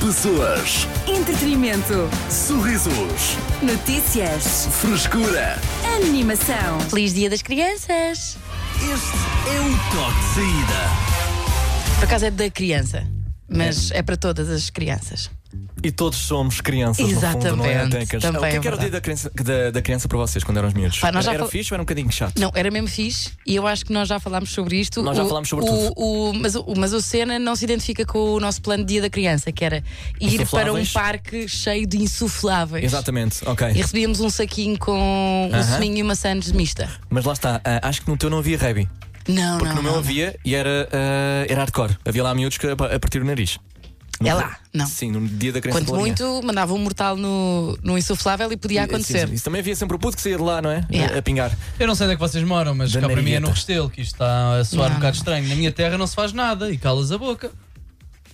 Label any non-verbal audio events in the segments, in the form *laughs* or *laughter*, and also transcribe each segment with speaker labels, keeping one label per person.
Speaker 1: Pessoas,
Speaker 2: Entretenimento.
Speaker 1: sorrisos,
Speaker 2: Notícias.
Speaker 1: frescura.
Speaker 2: Animação.
Speaker 3: Feliz Dia das Crianças!
Speaker 1: Este é o toque de saída.
Speaker 3: Por acaso é da criança, mas é, para todas as crianças.
Speaker 4: E todos somos crianças, no fundo, não é?
Speaker 3: Exatamente,
Speaker 4: Tem aqueles-
Speaker 3: também
Speaker 4: o que,
Speaker 3: é
Speaker 4: que era o
Speaker 3: verdade.
Speaker 4: dia da criança, da, da criança para vocês, quando eram os miúdos?
Speaker 3: Pá, nós já
Speaker 4: era
Speaker 3: fal-
Speaker 4: fixe ou era um bocadinho chato?
Speaker 3: Não, era mesmo fixe e eu acho que nós já falámos sobre isto.
Speaker 4: Nós já falámos sobre
Speaker 3: o,
Speaker 4: tudo.
Speaker 3: O, mas, o, mas o Senna não se identifica com o nosso plano de dia da criança, que era ir para um
Speaker 4: Insufláveis.
Speaker 3: parque cheio de insufláveis.
Speaker 4: Exatamente, ok.
Speaker 3: E recebíamos um saquinho com um
Speaker 4: Aham.
Speaker 3: suminho e maçãs de mista.
Speaker 4: Mas lá está, ah, acho que no teu não havia rugby.
Speaker 3: Não,
Speaker 4: Porque
Speaker 3: não.
Speaker 4: no meu
Speaker 3: não.
Speaker 4: havia e era, ah, era hardcore. Havia lá miúdos que a, a partir o nariz. No-
Speaker 3: É lá, não.
Speaker 4: Sim, no dia da criança.
Speaker 3: Quanto
Speaker 4: pela manhã.
Speaker 3: muito, mandava um mortal no, no insuflável e podia acontecer.
Speaker 4: Sim, sim, Isso também havia sempre o puto que saía de lá, não é?
Speaker 3: Yeah.
Speaker 4: A, a pingar.
Speaker 5: Eu não sei onde é que vocês moram, mas
Speaker 4: Da
Speaker 5: cá para mim é no
Speaker 4: Marieta.
Speaker 5: Restelo, que isto está a soar
Speaker 3: Não.
Speaker 5: um bocado estranho. Na minha terra não se faz nada e calas a boca.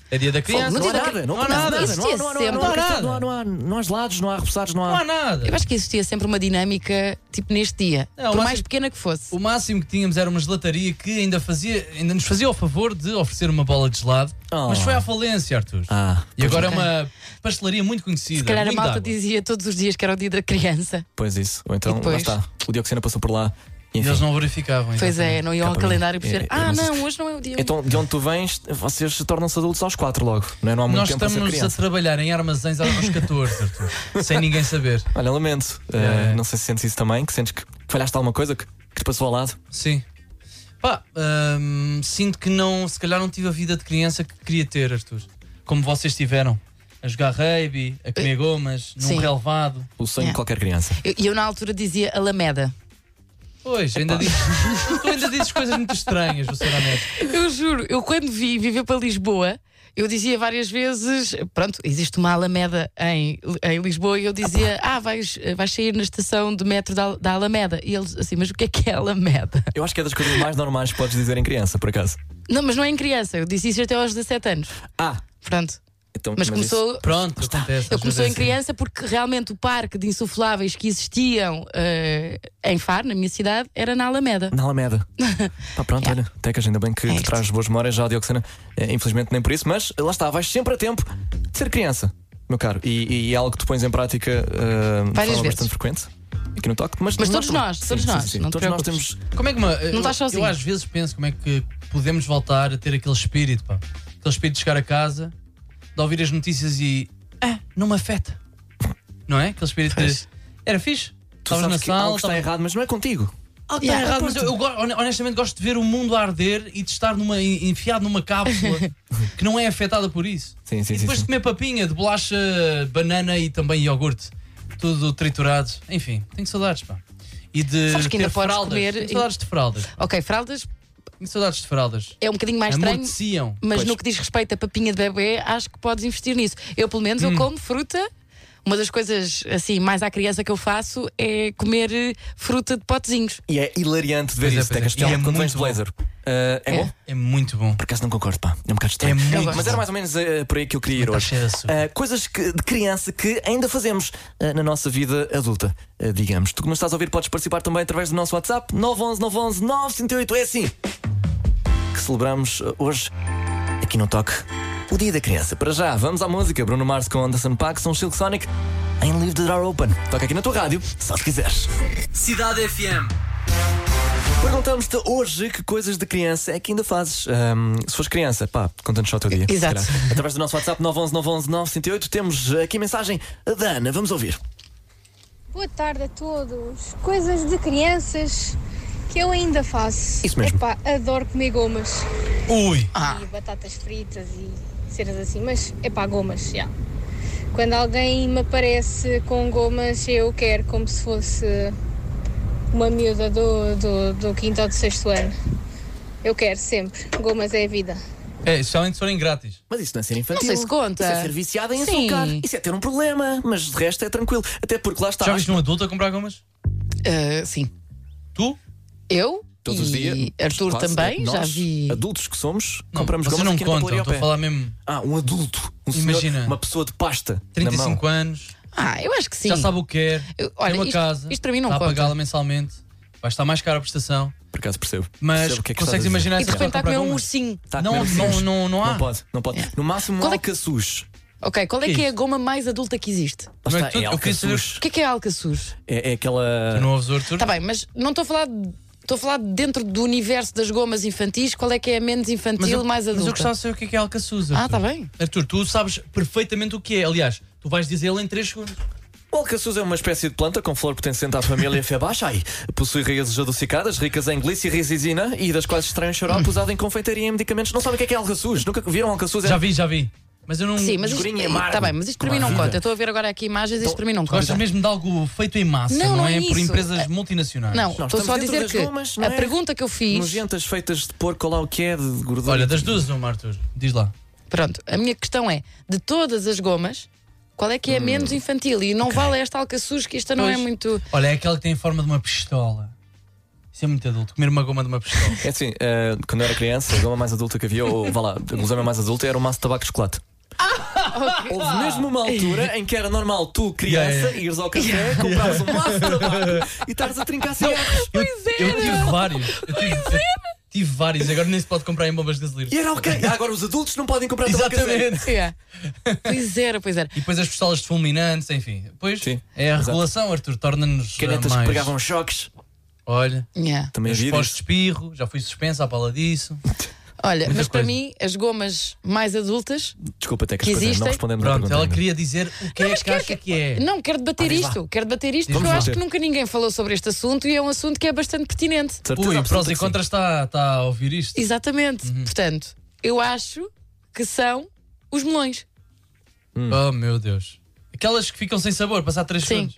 Speaker 5: É dia da criança.
Speaker 3: não
Speaker 4: Não há
Speaker 3: diga
Speaker 4: nada,
Speaker 3: que-
Speaker 4: não
Speaker 3: não,
Speaker 4: há nada.
Speaker 3: isso é
Speaker 4: Não há- não há-
Speaker 3: sempre.
Speaker 4: não há- não há-
Speaker 5: Não há
Speaker 4: não há-
Speaker 5: nada.
Speaker 4: não há- Não há gelados, não há repousados, não
Speaker 5: Não há
Speaker 4: há.
Speaker 3: Eu
Speaker 5: nada.
Speaker 3: acho que existia sempre uma dinâmica, tipo neste dia,
Speaker 5: Não,
Speaker 3: por
Speaker 5: mas-
Speaker 3: mais pequena que fosse.
Speaker 5: O máximo que tínhamos era uma gelataria que ainda, fazia, ainda nos fazia o favor de oferecer uma bola de gelado,
Speaker 4: Oh.
Speaker 5: mas foi à falência, Arthur.
Speaker 4: Ah,
Speaker 5: e agora
Speaker 3: ok.
Speaker 5: é uma pastelaria muito conhecida.
Speaker 3: Se calhar a
Speaker 5: muito
Speaker 3: malta
Speaker 5: d'água.
Speaker 3: dizia todos os dias que era o dia da criança.
Speaker 4: pois isso. Ou então, lá
Speaker 3: depois?
Speaker 4: está. O Dioxena passou por lá. E,
Speaker 5: E
Speaker 4: enfim.
Speaker 5: eles não verificavam.
Speaker 3: Pois é,
Speaker 5: exatamente.
Speaker 3: não iam ao
Speaker 4: Cá para
Speaker 3: calendário
Speaker 4: mim.
Speaker 3: perceber.
Speaker 4: É, é,
Speaker 3: ah,
Speaker 4: mas isso-
Speaker 3: não, hoje não é o dia.
Speaker 4: Então, de onde tu vens, vocês se tornam-se adultos aos quatro logo, não é? Não há muito
Speaker 5: Nós
Speaker 4: tempo para ser
Speaker 5: estamos a
Speaker 4: criança.
Speaker 5: trabalhar em armazéns
Speaker 4: *laughs*
Speaker 5: aos 14, Arthur, sem ninguém saber.
Speaker 4: Olha, lamento. Uh,
Speaker 5: É.
Speaker 4: Não sei se sentes isso também, que sentes que, que falhaste alguma coisa que, que te passou ao lado.
Speaker 5: Sim. Pá, hum, sinto que não, se calhar não tive a vida de criança que queria ter, Arthur. Como vocês tiveram. A jogar rugby, a comer gomas, num
Speaker 3: Sim.
Speaker 5: relevado.
Speaker 4: O sonho
Speaker 3: É.
Speaker 4: de qualquer criança.
Speaker 3: Eu- E eu, na altura dizia Alameda.
Speaker 5: Pois, ainda dizes, tu ainda dizes coisas muito estranhas, vou ser honesto.
Speaker 3: Eu juro, eu quando vi viver para Lisboa, eu dizia várias vezes: pronto, existe uma Alameda em, em Lisboa, e eu dizia: ah, vais, vais sair na estação de metro da, da Alameda. E eles assim, mas o que é que é Alameda?
Speaker 4: Eu acho que é das coisas mais normais que podes dizer em criança, por acaso.
Speaker 3: Não, mas não é em criança, eu disse isso até aos 17 anos.
Speaker 4: Ah,
Speaker 3: Pronto.
Speaker 4: então.
Speaker 3: Mas, começou.
Speaker 5: Pronto, acontece.
Speaker 3: Eu
Speaker 5: às vezes
Speaker 3: comecei
Speaker 5: é
Speaker 3: em criança porque realmente o parque de insufláveis que existiam eh, em Faro, na minha cidade, era na Alameda.
Speaker 4: isso-
Speaker 3: *laughs*
Speaker 4: Na Alameda. Pá, pronto, olha, Tecas, ainda bem que
Speaker 3: É
Speaker 4: te
Speaker 3: isto.
Speaker 4: traz boas memórias já, Dioxena. Eh, Infelizmente nem por isso, mas lá está, vais sempre a tempo de ser criança, meu caro. E, e é algo que tu pões em prática eh, de
Speaker 3: Várias
Speaker 4: forma
Speaker 3: vezes.
Speaker 4: bastante frequente aqui no toque. Mas,
Speaker 3: Mas todos nós,
Speaker 4: sim,
Speaker 3: todos
Speaker 4: sim,
Speaker 3: nós,
Speaker 4: sim,
Speaker 3: não te
Speaker 4: todos nós
Speaker 3: preocupes.
Speaker 4: temos.
Speaker 5: Como é que uma, eu,
Speaker 3: estás sozinho.
Speaker 5: eu às vezes penso como é que podemos voltar a ter aquele espírito, pá. Aquele espírito de chegar a casa, de ouvir as notícias e.
Speaker 3: É.
Speaker 5: Ah, não me afeta. Não é? Aquele espírito
Speaker 4: Pois.
Speaker 5: de. Era fixe.
Speaker 4: Tu
Speaker 5: Estavas na
Speaker 4: sabes que
Speaker 5: sala,
Speaker 4: algo está
Speaker 5: estavas-
Speaker 4: errado, mas não é contigo.
Speaker 5: Algo está
Speaker 3: Yeah.
Speaker 5: tá errado, mas eu, eu go- hone- honestamente gosto de ver o mundo a arder e de estar numa, en- enfiado
Speaker 3: *laughs*
Speaker 5: numa cápsula que não é afetada por isso.
Speaker 4: Sim, sim,
Speaker 5: e
Speaker 4: sim,
Speaker 5: depois
Speaker 4: sim.
Speaker 5: de comer papinha de bolacha, banana e também iogurte, tudo triturado. Enfim, tenho saudades, pá. E de
Speaker 3: Sabes que ainda
Speaker 5: ter
Speaker 3: podes
Speaker 5: fraldas.
Speaker 3: comer-
Speaker 5: Tenho saudades de fraldas.
Speaker 3: Ok, fraldas
Speaker 5: Tenho saudades de fraldas.
Speaker 3: é um bocadinho mais estranho,
Speaker 5: Amorteciam.
Speaker 3: mas
Speaker 4: Pois.
Speaker 3: no que diz respeito a papinha de bebê, acho que podes investir nisso. Eu, pelo menos, eu
Speaker 4: Hum.
Speaker 3: como fruta. Uma das coisas assim mais à criança que eu faço é comer eh, fruta de potezinhos.
Speaker 4: E é hilariante de ver
Speaker 5: Pois é,
Speaker 4: isso,
Speaker 5: pois é.
Speaker 4: Tecas.
Speaker 5: E é
Speaker 4: especialmente quando
Speaker 5: muito
Speaker 4: vens de
Speaker 5: bom.
Speaker 4: blazer. Eh, é,
Speaker 3: É.
Speaker 4: bom?
Speaker 5: É muito bom.
Speaker 4: Por acaso não concordo, pá. É um bocado
Speaker 5: É
Speaker 4: estranho.
Speaker 5: muito
Speaker 3: gosto.
Speaker 5: bom.
Speaker 4: Mas era mais ou menos eh, por aí que eu queria ir
Speaker 5: Está
Speaker 4: hoje.
Speaker 5: cheio de açúcar.
Speaker 4: Eh, coisas que- de criança que ainda fazemos eh, na nossa vida adulta, eh, digamos. Tu que nos estás a ouvir podes participar também através do nosso WhatsApp 911 911 958. É assim que celebramos eh, hoje, aqui no Toque, o Dia da Criança. Para já, vamos à música. Bruno Mars com Anderson Paak, são Silk Sonic em Leave the Door Open. Toca aqui na tua rádio, só se quiseres.
Speaker 5: Cidade FM.
Speaker 4: Perguntamos-te hoje que coisas de criança é que ainda fazes. Ahm, se fores criança, pá, conta-nos só o teu dia. se
Speaker 3: Exato.
Speaker 4: calhar. Através do nosso WhatsApp 911 911 908 temos aqui a mensagem da Ana. Vamos ouvir.
Speaker 6: Boa tarde a todos. Coisas de crianças que eu ainda faço.
Speaker 4: Isso mesmo. Ah.
Speaker 6: Epá, adoro comer gomas
Speaker 5: Ui.
Speaker 3: Ah.
Speaker 6: e batatas fritas e cenas assim, mas epá, gomas, já. Quando alguém me aparece com gomas, eu quero como se fosse uma miúda do, do, do quinto ou do sexto ano. Eu quero sempre. Gomas é a vida.
Speaker 5: É, especialmente se forem grátis.
Speaker 4: Mas isso não é ser infantil.
Speaker 3: Não sei se conta.
Speaker 4: Isso é ser viciada em
Speaker 3: Sim.
Speaker 4: açúcar. Isso é ter um problema, mas de resto é tranquilo. Até porque
Speaker 3: Tá,
Speaker 4: lá está.
Speaker 5: Já viste um adulto a comprar gomas?
Speaker 3: Ah, sim.
Speaker 5: Tu?
Speaker 3: Eu
Speaker 4: Todos
Speaker 3: e
Speaker 4: os dias.
Speaker 3: Arthur
Speaker 4: quase, é.
Speaker 3: também,
Speaker 4: nós,
Speaker 3: já vi.
Speaker 4: Adultos que somos,
Speaker 5: Não,
Speaker 4: compramos
Speaker 5: Hum. vocês
Speaker 4: gomas
Speaker 5: não
Speaker 4: aqui na
Speaker 5: contam,
Speaker 4: papelaria ao
Speaker 5: estou a
Speaker 4: pé.
Speaker 5: falar mesmo
Speaker 4: Ah, um adulto. Um senhor,
Speaker 5: Imagina.
Speaker 4: uma pessoa de pasta. na mão.
Speaker 5: 35 anos.
Speaker 3: Ah, eu acho que sim.
Speaker 5: já sabe o que quer,
Speaker 3: Eu- olha,
Speaker 5: tem uma
Speaker 3: isto-
Speaker 5: casa,
Speaker 3: isto para mim não
Speaker 5: está
Speaker 3: conta.
Speaker 5: a pagá-la mensalmente, vai estar mais cara a prestação,
Speaker 4: Por acaso percebo.
Speaker 5: mas
Speaker 4: Percebo o que é que estás a
Speaker 5: consegues
Speaker 4: dizer.
Speaker 5: imaginar
Speaker 3: E de
Speaker 5: essa
Speaker 3: repente está a
Speaker 5: pessoa
Speaker 3: comer um
Speaker 5: comprar
Speaker 3: ursinho.
Speaker 4: Está a
Speaker 5: Não,
Speaker 4: comer
Speaker 5: não,
Speaker 4: ursinhos.
Speaker 5: não, não há. É.
Speaker 4: Não pode, não pode. No máximo, um
Speaker 3: Qual é que-
Speaker 4: alcaçuz.
Speaker 3: Ok, qual é
Speaker 5: Que
Speaker 3: que é a
Speaker 5: isso?
Speaker 3: goma mais adulta que existe?
Speaker 4: Lá
Speaker 5: Não é
Speaker 4: está,
Speaker 5: tudo-
Speaker 4: é
Speaker 5: eu queria saber-
Speaker 4: alcaçuz.
Speaker 3: O que é que é alcaçuz?
Speaker 4: É, é aquela.
Speaker 5: Tu não ouves o Arthur?
Speaker 3: Está Tá bem, mas não estou a falar. de- Estou a falar dentro do universo das gomas infantis, qual é que é a menos infantil,
Speaker 5: mas eu,
Speaker 3: mais
Speaker 5: mas
Speaker 3: adulta?
Speaker 5: eu gostava de saber o que é que é Alcaçuz.
Speaker 3: Ah,
Speaker 5: Arthur.
Speaker 3: está bem.
Speaker 5: Arthur, tu sabes perfeitamente o que é. Aliás, tu vais dizê-lo em 3 segundos.
Speaker 4: O alcaçuz é uma espécie de planta com flor pertencente à
Speaker 5: *laughs*
Speaker 4: família Fabaceae. Possui raízes adocicadas, ricas em glicirrisizina e das quais extraem
Speaker 5: Hum.
Speaker 4: xarope usado em confeitaria e em medicamentos. Não sabem o que é que é alcaçuz? Nunca viram alcaçuz? É-
Speaker 5: Já vi, já vi. Mas eu não.
Speaker 3: Sim, mas isto,
Speaker 4: escurinho e amargo.
Speaker 3: tá bem, mas isto para mim não
Speaker 4: Claro.
Speaker 3: conta. Eu estou a ver agora aqui imagens, isto um para mim não
Speaker 5: Tu gostas
Speaker 3: conta.
Speaker 5: mesmo de algo feito em massa,
Speaker 3: Não,
Speaker 5: não,
Speaker 3: não
Speaker 5: é?
Speaker 3: é
Speaker 5: Por
Speaker 3: isso.
Speaker 5: empresas multinacionais.
Speaker 3: Não,
Speaker 4: Nós
Speaker 3: estou
Speaker 4: estamos
Speaker 3: só a
Speaker 4: dentro
Speaker 3: dizer
Speaker 4: das
Speaker 3: que
Speaker 4: gomas, não
Speaker 3: a
Speaker 4: é?
Speaker 3: pergunta que eu fiz.
Speaker 4: Nojentas feitas de porco ou lá o que é, de gordura.
Speaker 5: Olha, das duas, uma, Arthur. Diz lá.
Speaker 3: Pronto, a minha questão é: de todas as gomas, qual é que é a menos infantil? E não vale esta alcaçuz, que esta não é
Speaker 5: Pois.
Speaker 3: muito.
Speaker 5: Olha, é aquela que tem forma de uma pistola. Isso é muito adulto, comer uma goma de uma pistola.
Speaker 4: É assim, eh, quando eu era criança, a goma mais adulta que havia, ou vá lá, a goma mais adulta era o maço de tabaco de chocolate. Houve mesmo uma altura em que era normal tu, criança,
Speaker 5: Yeah, yeah.
Speaker 4: ires ao café, comprares um maço de tabaco e estares a trincar assim, cigarros.
Speaker 3: é,
Speaker 5: eu
Speaker 3: né?
Speaker 5: tive vários. Eu tive, tive vários, agora nem se pode comprar em bombas de gasolina.
Speaker 4: E era
Speaker 5: *laughs*
Speaker 4: ok. Ah, Agora os adultos não podem comprar tabaco a sério.
Speaker 5: Exatamente.
Speaker 3: É. pois era, pois era.
Speaker 5: E depois as pistolas de fulminantes, enfim. Pois
Speaker 4: Sim,
Speaker 5: é a
Speaker 4: exato.
Speaker 5: regulação, Arthur, torna-nos.
Speaker 4: Canetas
Speaker 5: mais...
Speaker 4: que pregavam choques.
Speaker 5: Olha,
Speaker 3: Yeah.
Speaker 4: Também
Speaker 5: os
Speaker 4: havia
Speaker 5: postos de
Speaker 4: disso.
Speaker 5: espirro, já fui suspensa à pala disso.
Speaker 3: Olha, mas para
Speaker 5: coisa.
Speaker 3: mim, as gomas mais adultas.
Speaker 4: Desculpa, até que
Speaker 3: Que
Speaker 4: as coisas não
Speaker 3: existem.
Speaker 4: respondemos à
Speaker 5: Pronto,
Speaker 4: pergunta
Speaker 5: ela
Speaker 4: ainda.
Speaker 5: queria dizer o que
Speaker 3: Não,
Speaker 5: é
Speaker 3: mas
Speaker 5: que
Speaker 3: quero
Speaker 5: acha que é.
Speaker 3: Não, quero debater
Speaker 4: diz lá.
Speaker 3: isto. Quero debater isto
Speaker 5: Diz
Speaker 3: porque eu
Speaker 5: lá.
Speaker 3: acho que nunca ninguém falou sobre este assunto e é um assunto que é bastante pertinente.
Speaker 4: De certeza
Speaker 5: Ui,
Speaker 4: absoluta
Speaker 5: prós
Speaker 4: que
Speaker 5: e
Speaker 4: sim.
Speaker 5: contras está, está a ouvir isto.
Speaker 3: Exatamente.
Speaker 5: Uhum.
Speaker 3: Portanto, eu acho que são os melões.
Speaker 5: Oh meu Deus. Aquelas que ficam sem sabor, passar 3
Speaker 3: Sim.
Speaker 5: segundos.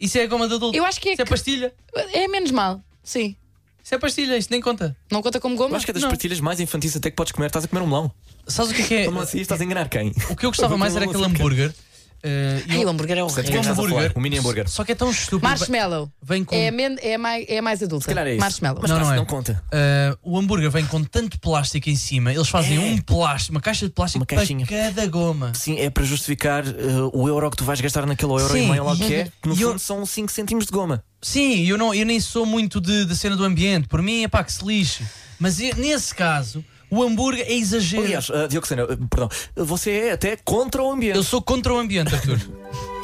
Speaker 5: Isso é goma de adulto.
Speaker 3: Eu acho que é
Speaker 5: Isso é
Speaker 3: que-
Speaker 5: pastilha.
Speaker 3: É menos mal, sim.
Speaker 5: Isso é pastilha, isso nem conta.
Speaker 3: Não conta como
Speaker 4: Eu
Speaker 3: goma?
Speaker 4: acho que é das
Speaker 3: Não.
Speaker 4: partilhas mais infantis até que podes comer. Estás a comer um melão.
Speaker 5: Sabes o que é que é?
Speaker 4: Como assim? Estás a enganar quem?
Speaker 5: O que eu gostava mais era aquele hambúrguer. eh, e
Speaker 3: Ai, o
Speaker 5: eu-
Speaker 3: hambúrguer é
Speaker 4: Portanto, quem
Speaker 3: horrível.
Speaker 4: estás a falar? Um mini hambúrguer.
Speaker 5: Só que é tão estúpido.
Speaker 3: Marshmallow.
Speaker 5: Vem com.
Speaker 3: É, a men- é, a mai- é a mais adulta.
Speaker 4: Se calhar é isso.
Speaker 3: Marshmallow.
Speaker 4: Mas
Speaker 5: Não,
Speaker 4: pá,
Speaker 5: não é.
Speaker 4: não conta.
Speaker 5: eh, o hambúrguer vem com tanto plástico em cima, eles fazem
Speaker 4: É.
Speaker 5: um plástico, uma caixa de plástico
Speaker 4: Uma caixinha.
Speaker 5: para cada goma.
Speaker 4: Sim, é para justificar eh, o euro que tu vais gastar naquele euro
Speaker 5: Sim.
Speaker 4: e meio lá que é, que no
Speaker 5: E eu-
Speaker 4: fundo são 5 cêntimos de goma.
Speaker 5: Sim, eu, não, eu nem sou muito de, da cena do ambiente. Por mim, é pá, que se lixe. Mas e- nesse caso, o hambúrguer é exagero.
Speaker 4: Aliás, eh, Diogo Sena, eh, perdão, eh, você é até contra o ambiente.
Speaker 5: eu sou contra o ambiente, Arthur.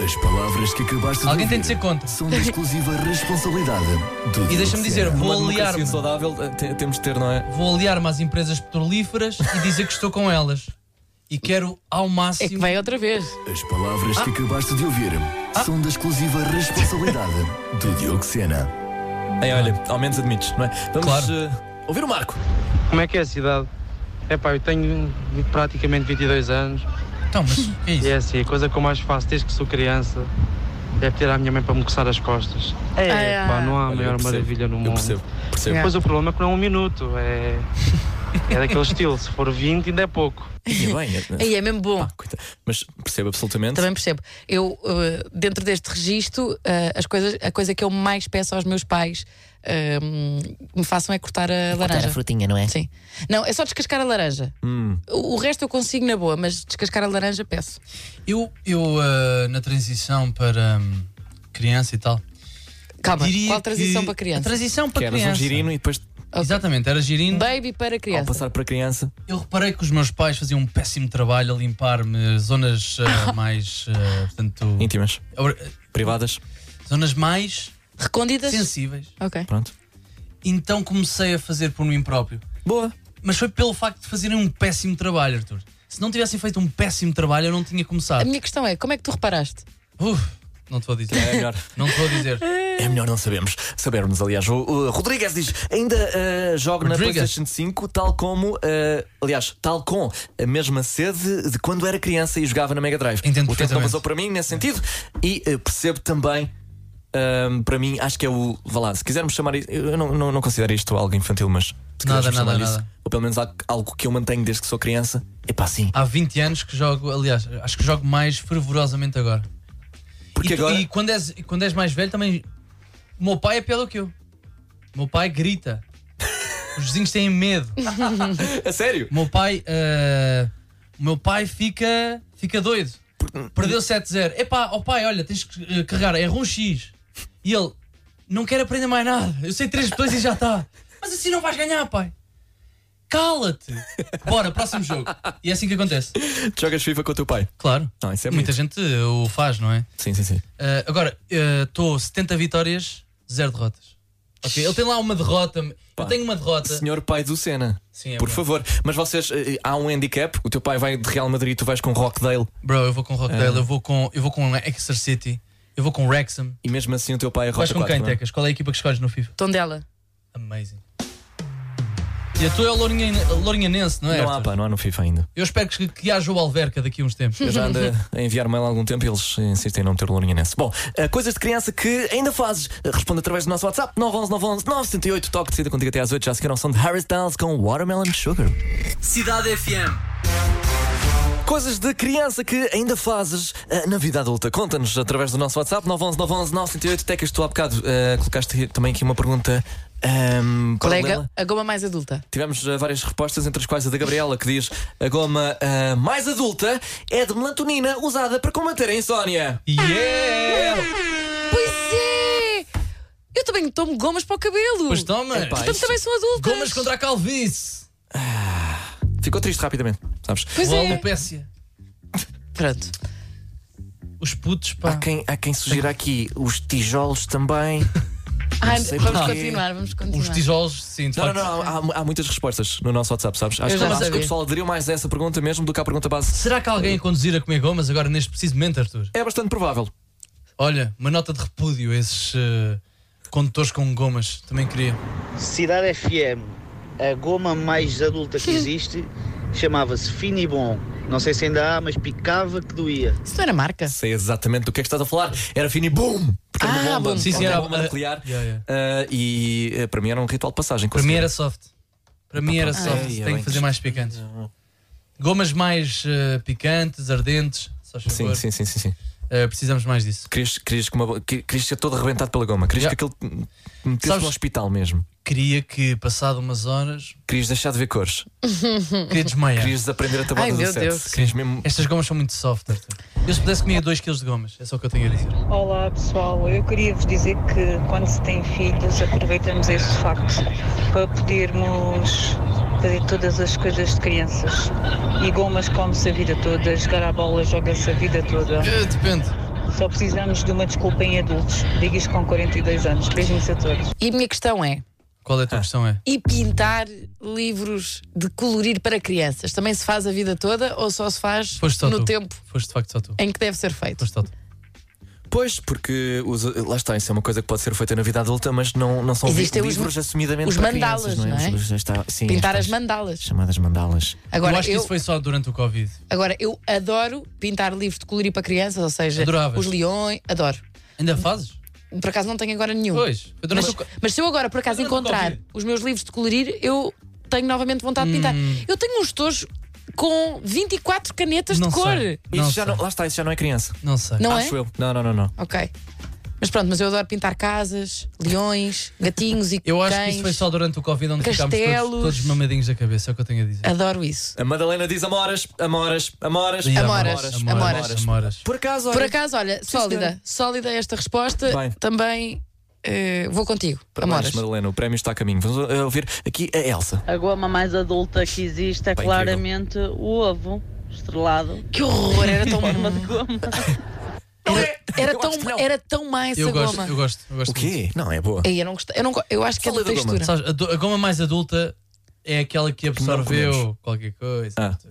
Speaker 1: As palavras que acabaste de
Speaker 5: Alguém tem
Speaker 1: ouvir
Speaker 5: de ser contra.
Speaker 1: São da exclusiva
Speaker 5: *laughs*
Speaker 1: responsabilidade do
Speaker 5: E deixa-me dizer,
Speaker 1: Luciano.
Speaker 5: vou
Speaker 4: Uma democracia
Speaker 5: aliar-me.
Speaker 4: Um saudável eh, te- temos de ter, não é?
Speaker 5: Vou aliar-me às empresas petrolíferas e dizer que estou com elas. E quero ao
Speaker 3: É que
Speaker 5: máximo.
Speaker 3: vem outra vez.
Speaker 1: As palavras
Speaker 5: Ah.
Speaker 1: que acabaste de ouvir são da
Speaker 5: *laughs*
Speaker 1: exclusiva responsabilidade do Diogo Sena.
Speaker 4: Ei, olha, ao menos admites, não é? Vamos
Speaker 5: Claro.
Speaker 4: eh, ouvir o Marco.
Speaker 7: Como é que é a cidade? É pá, eu tenho praticamente 22 anos
Speaker 5: Então, mas o que é isso?
Speaker 7: e é assim, a coisa que eu mais faço desde que sou criança é pedir à minha mãe para me coçar as costas. É,
Speaker 3: Ah,
Speaker 7: pá, não há
Speaker 4: Olha, eu
Speaker 7: maior
Speaker 4: percebo,
Speaker 7: maravilha no
Speaker 4: eu
Speaker 7: mundo.
Speaker 4: percebo, percebo.
Speaker 7: Pois o problema é que não é um minuto, é, é *laughs* daquele estilo, se for 20 ainda é pouco.
Speaker 4: E bem, eh,
Speaker 3: Aí é mesmo bom.
Speaker 4: pá, coitado. mas percebo absolutamente.
Speaker 3: Também percebo. Eu, uh, dentro deste registro, uh, as coisas, a coisa que eu mais peço aos meus pais uh, me façam é cortar a laranja. Cortar a frutinha, não é? Sim. Não, é só descascar a laranja.
Speaker 5: Hum.
Speaker 3: O, o resto eu consigo na boa, mas descascar a laranja peço.
Speaker 5: Eu, eu ah, na transição para hum, criança e tal.
Speaker 3: Calma,
Speaker 5: diria
Speaker 3: qual transição
Speaker 5: que-
Speaker 3: para
Speaker 5: A
Speaker 3: criança?
Speaker 5: transição para
Speaker 4: Que eras
Speaker 5: é criança.
Speaker 4: um girino e depois,
Speaker 5: Exatamente, era girino.
Speaker 3: Baby para
Speaker 4: ao
Speaker 3: criança.
Speaker 4: passar para criança,
Speaker 5: Eu reparei que os meus pais faziam um péssimo trabalho a limpar-me zonas
Speaker 3: *laughs*
Speaker 5: ah, mais. ah, portanto,
Speaker 4: íntimas,
Speaker 5: or-
Speaker 4: privadas,
Speaker 5: zonas mais
Speaker 3: Recondidas?
Speaker 5: sensíveis.
Speaker 3: Ok.
Speaker 4: pronto.
Speaker 5: Então comecei a fazer por mim próprio.
Speaker 4: Boa.
Speaker 5: Mas foi pelo facto de fazerem um péssimo trabalho, Arthur. Se não tivessem feito um péssimo trabalho, eu não tinha
Speaker 3: A
Speaker 5: começado.
Speaker 3: minha questão é: como é que tu reparaste?
Speaker 5: Uf, não te vou dizer.
Speaker 4: É melhor.
Speaker 5: Não te vou
Speaker 3: *laughs*
Speaker 5: dizer.
Speaker 4: É melhor não sabemos. Sabermos, aliás. O, o Rodrigues diz: ainda eh, jogo na
Speaker 5: Rodrigues.
Speaker 4: PlayStation 5, tal como, eh, aliás, tal com a mesma sede de quando era criança e jogava na Mega Drive.
Speaker 5: Entendo
Speaker 4: o tempo não
Speaker 5: perfeitamente.
Speaker 4: passou para mim nesse sentido e eh, percebo também. ahm, para mim, acho que é o. Vá lá, se quisermos chamar isto. Eu não, não, não considero isto algo infantil, mas. Se
Speaker 5: Nada,
Speaker 4: quisermos
Speaker 5: nada,
Speaker 4: chamar
Speaker 5: nada.
Speaker 4: Isso, ou pelo menos algo- algo que eu mantenho desde que sou criança. É pá, sim.
Speaker 5: Há 20 anos que jogo, aliás, acho que jogo mais fervorosamente agora.
Speaker 4: Porque
Speaker 5: e, tu-
Speaker 4: agora.
Speaker 5: e quando, és, e quando és mais velho também. O meu pai é pior do que eu. O meu pai grita. Os vizinhos têm medo.
Speaker 4: A sério?
Speaker 5: O meu pai. ah, o meu pai fica. fica doido. Perdeu 7-0. Epá, ó pai, olha, tens que eh, carregar, erra um X. E ele, tá." não quero aprender mais nada. Eu sei três botões e já está. Mas assim não vais ganhar, pai. Cala-te! Bora, próximo jogo. E é assim que acontece.
Speaker 4: Tu Jogas FIFA com o teu pai.
Speaker 5: Claro.
Speaker 4: Não, isso é
Speaker 5: Muita
Speaker 4: bonito.
Speaker 5: gente eh, o faz, não é?
Speaker 4: Sim, sim, sim.
Speaker 5: Uh, agora, estou 70 vitórias, 0 derrotas. Ok, ele tem lá uma derrota.
Speaker 4: Pá.
Speaker 5: Eu tenho uma derrota.
Speaker 4: Senhor pai do Senna.
Speaker 5: Sim, é
Speaker 4: por
Speaker 5: verdade.
Speaker 4: favor. Mas vocês. eh, Há um handicap. O teu pai vai de Real Madrid e tu vais com Rockdale.
Speaker 5: Bro, eu vou com
Speaker 4: Ah.
Speaker 5: Rockdale, eu vou com eu vou com Exeter City, eu vou com Wrexham.
Speaker 4: E mesmo assim o teu pai é
Speaker 5: Vais
Speaker 4: Rock
Speaker 5: com quem, Tecas? Qual é a equipa que escolhes no FIFA?
Speaker 3: Tondela.
Speaker 5: Amazing. E a tua é o Lourinhan- Lourinhanense, não é?
Speaker 4: Não há,
Speaker 5: Arthur?
Speaker 4: pá, não há no FIFA ainda.
Speaker 5: Eu espero que, que haja o Alverca daqui a uns tempos.
Speaker 4: Eu já ando a enviar mail há algum tempo e eles insistem em não ter lourinha nessa. Bom, eh, coisas de criança que ainda fazes. Eh, Responde através do nosso WhatsApp 911 911 968. Toque de saída contigo até às 8. Já se queiram som de Harry Styles com Watermelon Sugar.
Speaker 8: Cidade FM.
Speaker 4: Coisas de criança que ainda fazes eh, na vida adulta. Conta-nos através do nosso WhatsApp 911 911 908. Tecas, tu há bocado eh, colocaste aqui- também aqui uma pergunta. ehm,
Speaker 3: Colega,
Speaker 4: paralela.
Speaker 3: a goma mais adulta.
Speaker 4: Tivemos eh, várias respostas, entre as quais a da Gabriela, que diz: A goma eh, mais adulta é de melatonina usada para combater a insónia.
Speaker 5: Yeah!
Speaker 3: Pois é! Eu também tomo gomas para o cabelo.
Speaker 5: Pois toma!
Speaker 4: Epá,
Speaker 3: Portanto, também são adultas.
Speaker 5: Gomas contra a calvície!
Speaker 4: Ficou triste rapidamente, sabes?
Speaker 3: Pois
Speaker 5: Ou a
Speaker 3: é.
Speaker 5: alopécia.
Speaker 3: Pronto.
Speaker 5: Os putos, pá.
Speaker 4: Há quem, há quem sugira aqui os tijolos também.
Speaker 3: Ai,
Speaker 4: sei
Speaker 3: vamos
Speaker 4: porquê.
Speaker 3: continuar, vamos continuar.
Speaker 5: Os tijolos, sim, de
Speaker 4: Não, não,
Speaker 5: facto.
Speaker 4: não, há, há- há muitas respostas no nosso WhatsApp, sabes? Acho,
Speaker 3: Eu já
Speaker 4: que, acho que o
Speaker 3: sabia.
Speaker 4: pessoal aderiu mais a essa pergunta mesmo do que à pergunta base.
Speaker 5: Será que alguém a conduzir a comer gomas agora neste preciso momento, Arthur?
Speaker 4: É bastante provável.
Speaker 5: Olha, uma nota de repúdio a esses eh, condutores com gomas. Também queria.
Speaker 9: Cidade FM, a goma mais adulta *laughs* que existe, chamava-se Finibon. Não sei se ainda há, mas picava que doía.
Speaker 3: Isso não era marca?
Speaker 4: Sei exatamente do que é que estás a falar. Era fini boom! Porque era uma
Speaker 3: Ah,
Speaker 4: bomba.
Speaker 3: bom.
Speaker 5: Sim, sim,
Speaker 4: Uma
Speaker 5: era
Speaker 4: bomba
Speaker 5: a-
Speaker 4: nuclear.
Speaker 5: Yeah,
Speaker 4: Ah, e eh, para mim era um ritual de passagem.
Speaker 5: Para mim era soft. Para mim era soft.
Speaker 4: Ai, é
Speaker 5: Tenho
Speaker 4: bem
Speaker 5: que fazer mais picantes. Gomas mais eh, picantes, ardentes. Só
Speaker 4: Sim,
Speaker 5: favor.
Speaker 4: sim, sim, sim. sim.
Speaker 5: Eh, precisamos mais disso.
Speaker 4: Querias, querias, que uma, bo- que- querias ser todo arrebentado pela goma. Querias
Speaker 5: Yeah.
Speaker 4: que aquele te metesse
Speaker 5: Sabes-
Speaker 4: no hospital mesmo.
Speaker 5: Queria que, passado umas horas,
Speaker 4: Querias deixar de ver cores.
Speaker 5: queria desmaiar.
Speaker 4: Querias aprender a tabuada
Speaker 3: É. Ai,
Speaker 4: do
Speaker 3: meu
Speaker 4: sete.
Speaker 3: Deus.
Speaker 4: Querias mesmo
Speaker 5: Estas gomas são muito soft, Arthur. Eu se pudesse comia 2kg de gomas. É só o que eu tenho a dizer.
Speaker 10: Olá pessoal, eu queria vos dizer que quando se tem filhos aproveitamos esse facto para podermos fazer todas as coisas de crianças. E gomas come-se a vida toda, jogar à bola joga-se a vida toda.
Speaker 5: Eh, depende.
Speaker 10: Só precisamos de uma desculpa em adultos. Digo isto com 42 anos. Beijinhos a todos.
Speaker 3: E a minha questão é:
Speaker 5: Qual é a tua questão? É?
Speaker 3: e pintar livros de colorir para crianças? Também se faz a vida toda ou só se faz
Speaker 5: Foste só
Speaker 3: no
Speaker 5: tu.
Speaker 3: tempo
Speaker 5: Foste de facto só tu.
Speaker 3: em que deve ser feito?
Speaker 5: Foste só tu.
Speaker 4: Pois, porque os- lá está, isso é uma coisa que pode ser feita na vida adulta, mas não, não são
Speaker 3: Existem
Speaker 4: vi-
Speaker 3: os-
Speaker 4: livros assumidamente
Speaker 3: os
Speaker 4: para
Speaker 3: mandalas,
Speaker 4: crianças,
Speaker 3: não é?
Speaker 4: Os- os- está- sim,
Speaker 3: Pintar
Speaker 4: estas
Speaker 3: as mandalas.
Speaker 4: Chamadas mandalas.
Speaker 5: eu
Speaker 3: Agora
Speaker 5: acho que
Speaker 3: eu,
Speaker 5: isso foi só durante o Covid.
Speaker 3: agora, eu adoro pintar livros de colorir para crianças, ou seja,
Speaker 5: Adoravas.
Speaker 3: os leões, adoro.
Speaker 5: Ainda fazes?
Speaker 3: Por acaso não tenho agora nenhum.
Speaker 5: Pois. Foi durante
Speaker 3: Mas,
Speaker 5: o co-
Speaker 3: mas se eu agora por acaso
Speaker 5: Eu nunca
Speaker 3: encontrar
Speaker 5: ouvi.
Speaker 3: os meus livros de colorir, eu tenho novamente vontade de pintar.
Speaker 5: Hum.
Speaker 3: Eu tenho uns tojos com 24 canetas
Speaker 5: Não
Speaker 3: de cor.
Speaker 5: sei.
Speaker 4: Isso
Speaker 5: Não
Speaker 4: já
Speaker 5: sei.
Speaker 4: não, lá está, isso já não é criança.
Speaker 5: Não sei.
Speaker 3: Não
Speaker 4: Acho
Speaker 3: é?
Speaker 4: eu. Não, não, não, não.
Speaker 3: Ok. Mas pronto, mas eu adoro pintar casas, leões, gatinhos e
Speaker 5: Eu acho que
Speaker 3: cães.
Speaker 5: isso foi só durante o Covid onde ficámos
Speaker 3: Castelos.
Speaker 5: todos, todos mamadinhos da cabeça, é o que eu tenho a dizer.
Speaker 3: Adoro isso.
Speaker 4: A Madalena diz amoras, amoras, amoras.
Speaker 5: E
Speaker 3: Amoras,
Speaker 5: amoras,
Speaker 3: amoras.
Speaker 5: amoras.
Speaker 4: Por acaso, olha,
Speaker 3: Por acaso, olha, sólida, sólida esta resposta.
Speaker 4: Bem. Tá
Speaker 3: Também eh, vou contigo.
Speaker 4: Parabéns,
Speaker 3: Amoras.
Speaker 4: Madalena, o prémio está a caminho. Vamos eh, ouvir aqui a Elsa.
Speaker 11: A goma mais adulta que existe é
Speaker 4: Bem
Speaker 11: claramente o ovo estrelado.
Speaker 3: Que horror,
Speaker 11: *laughs*
Speaker 3: era tão
Speaker 11: Forma de goma.
Speaker 3: era, era
Speaker 4: Eu acho que não.
Speaker 3: tão, era tão má essa
Speaker 5: Eu gosto,
Speaker 3: goma.
Speaker 5: eu gosto, eu gosto.
Speaker 4: O quê? Não, é boa.
Speaker 3: Ei, eu, não gostei, eu, não, go- eu acho que é de
Speaker 4: Sólida goma.
Speaker 3: textura.
Speaker 5: muito. Sabes, a, do- a goma mais adulta é aquela que absorveu qualquer coisa.
Speaker 4: Ah.
Speaker 5: Arthur.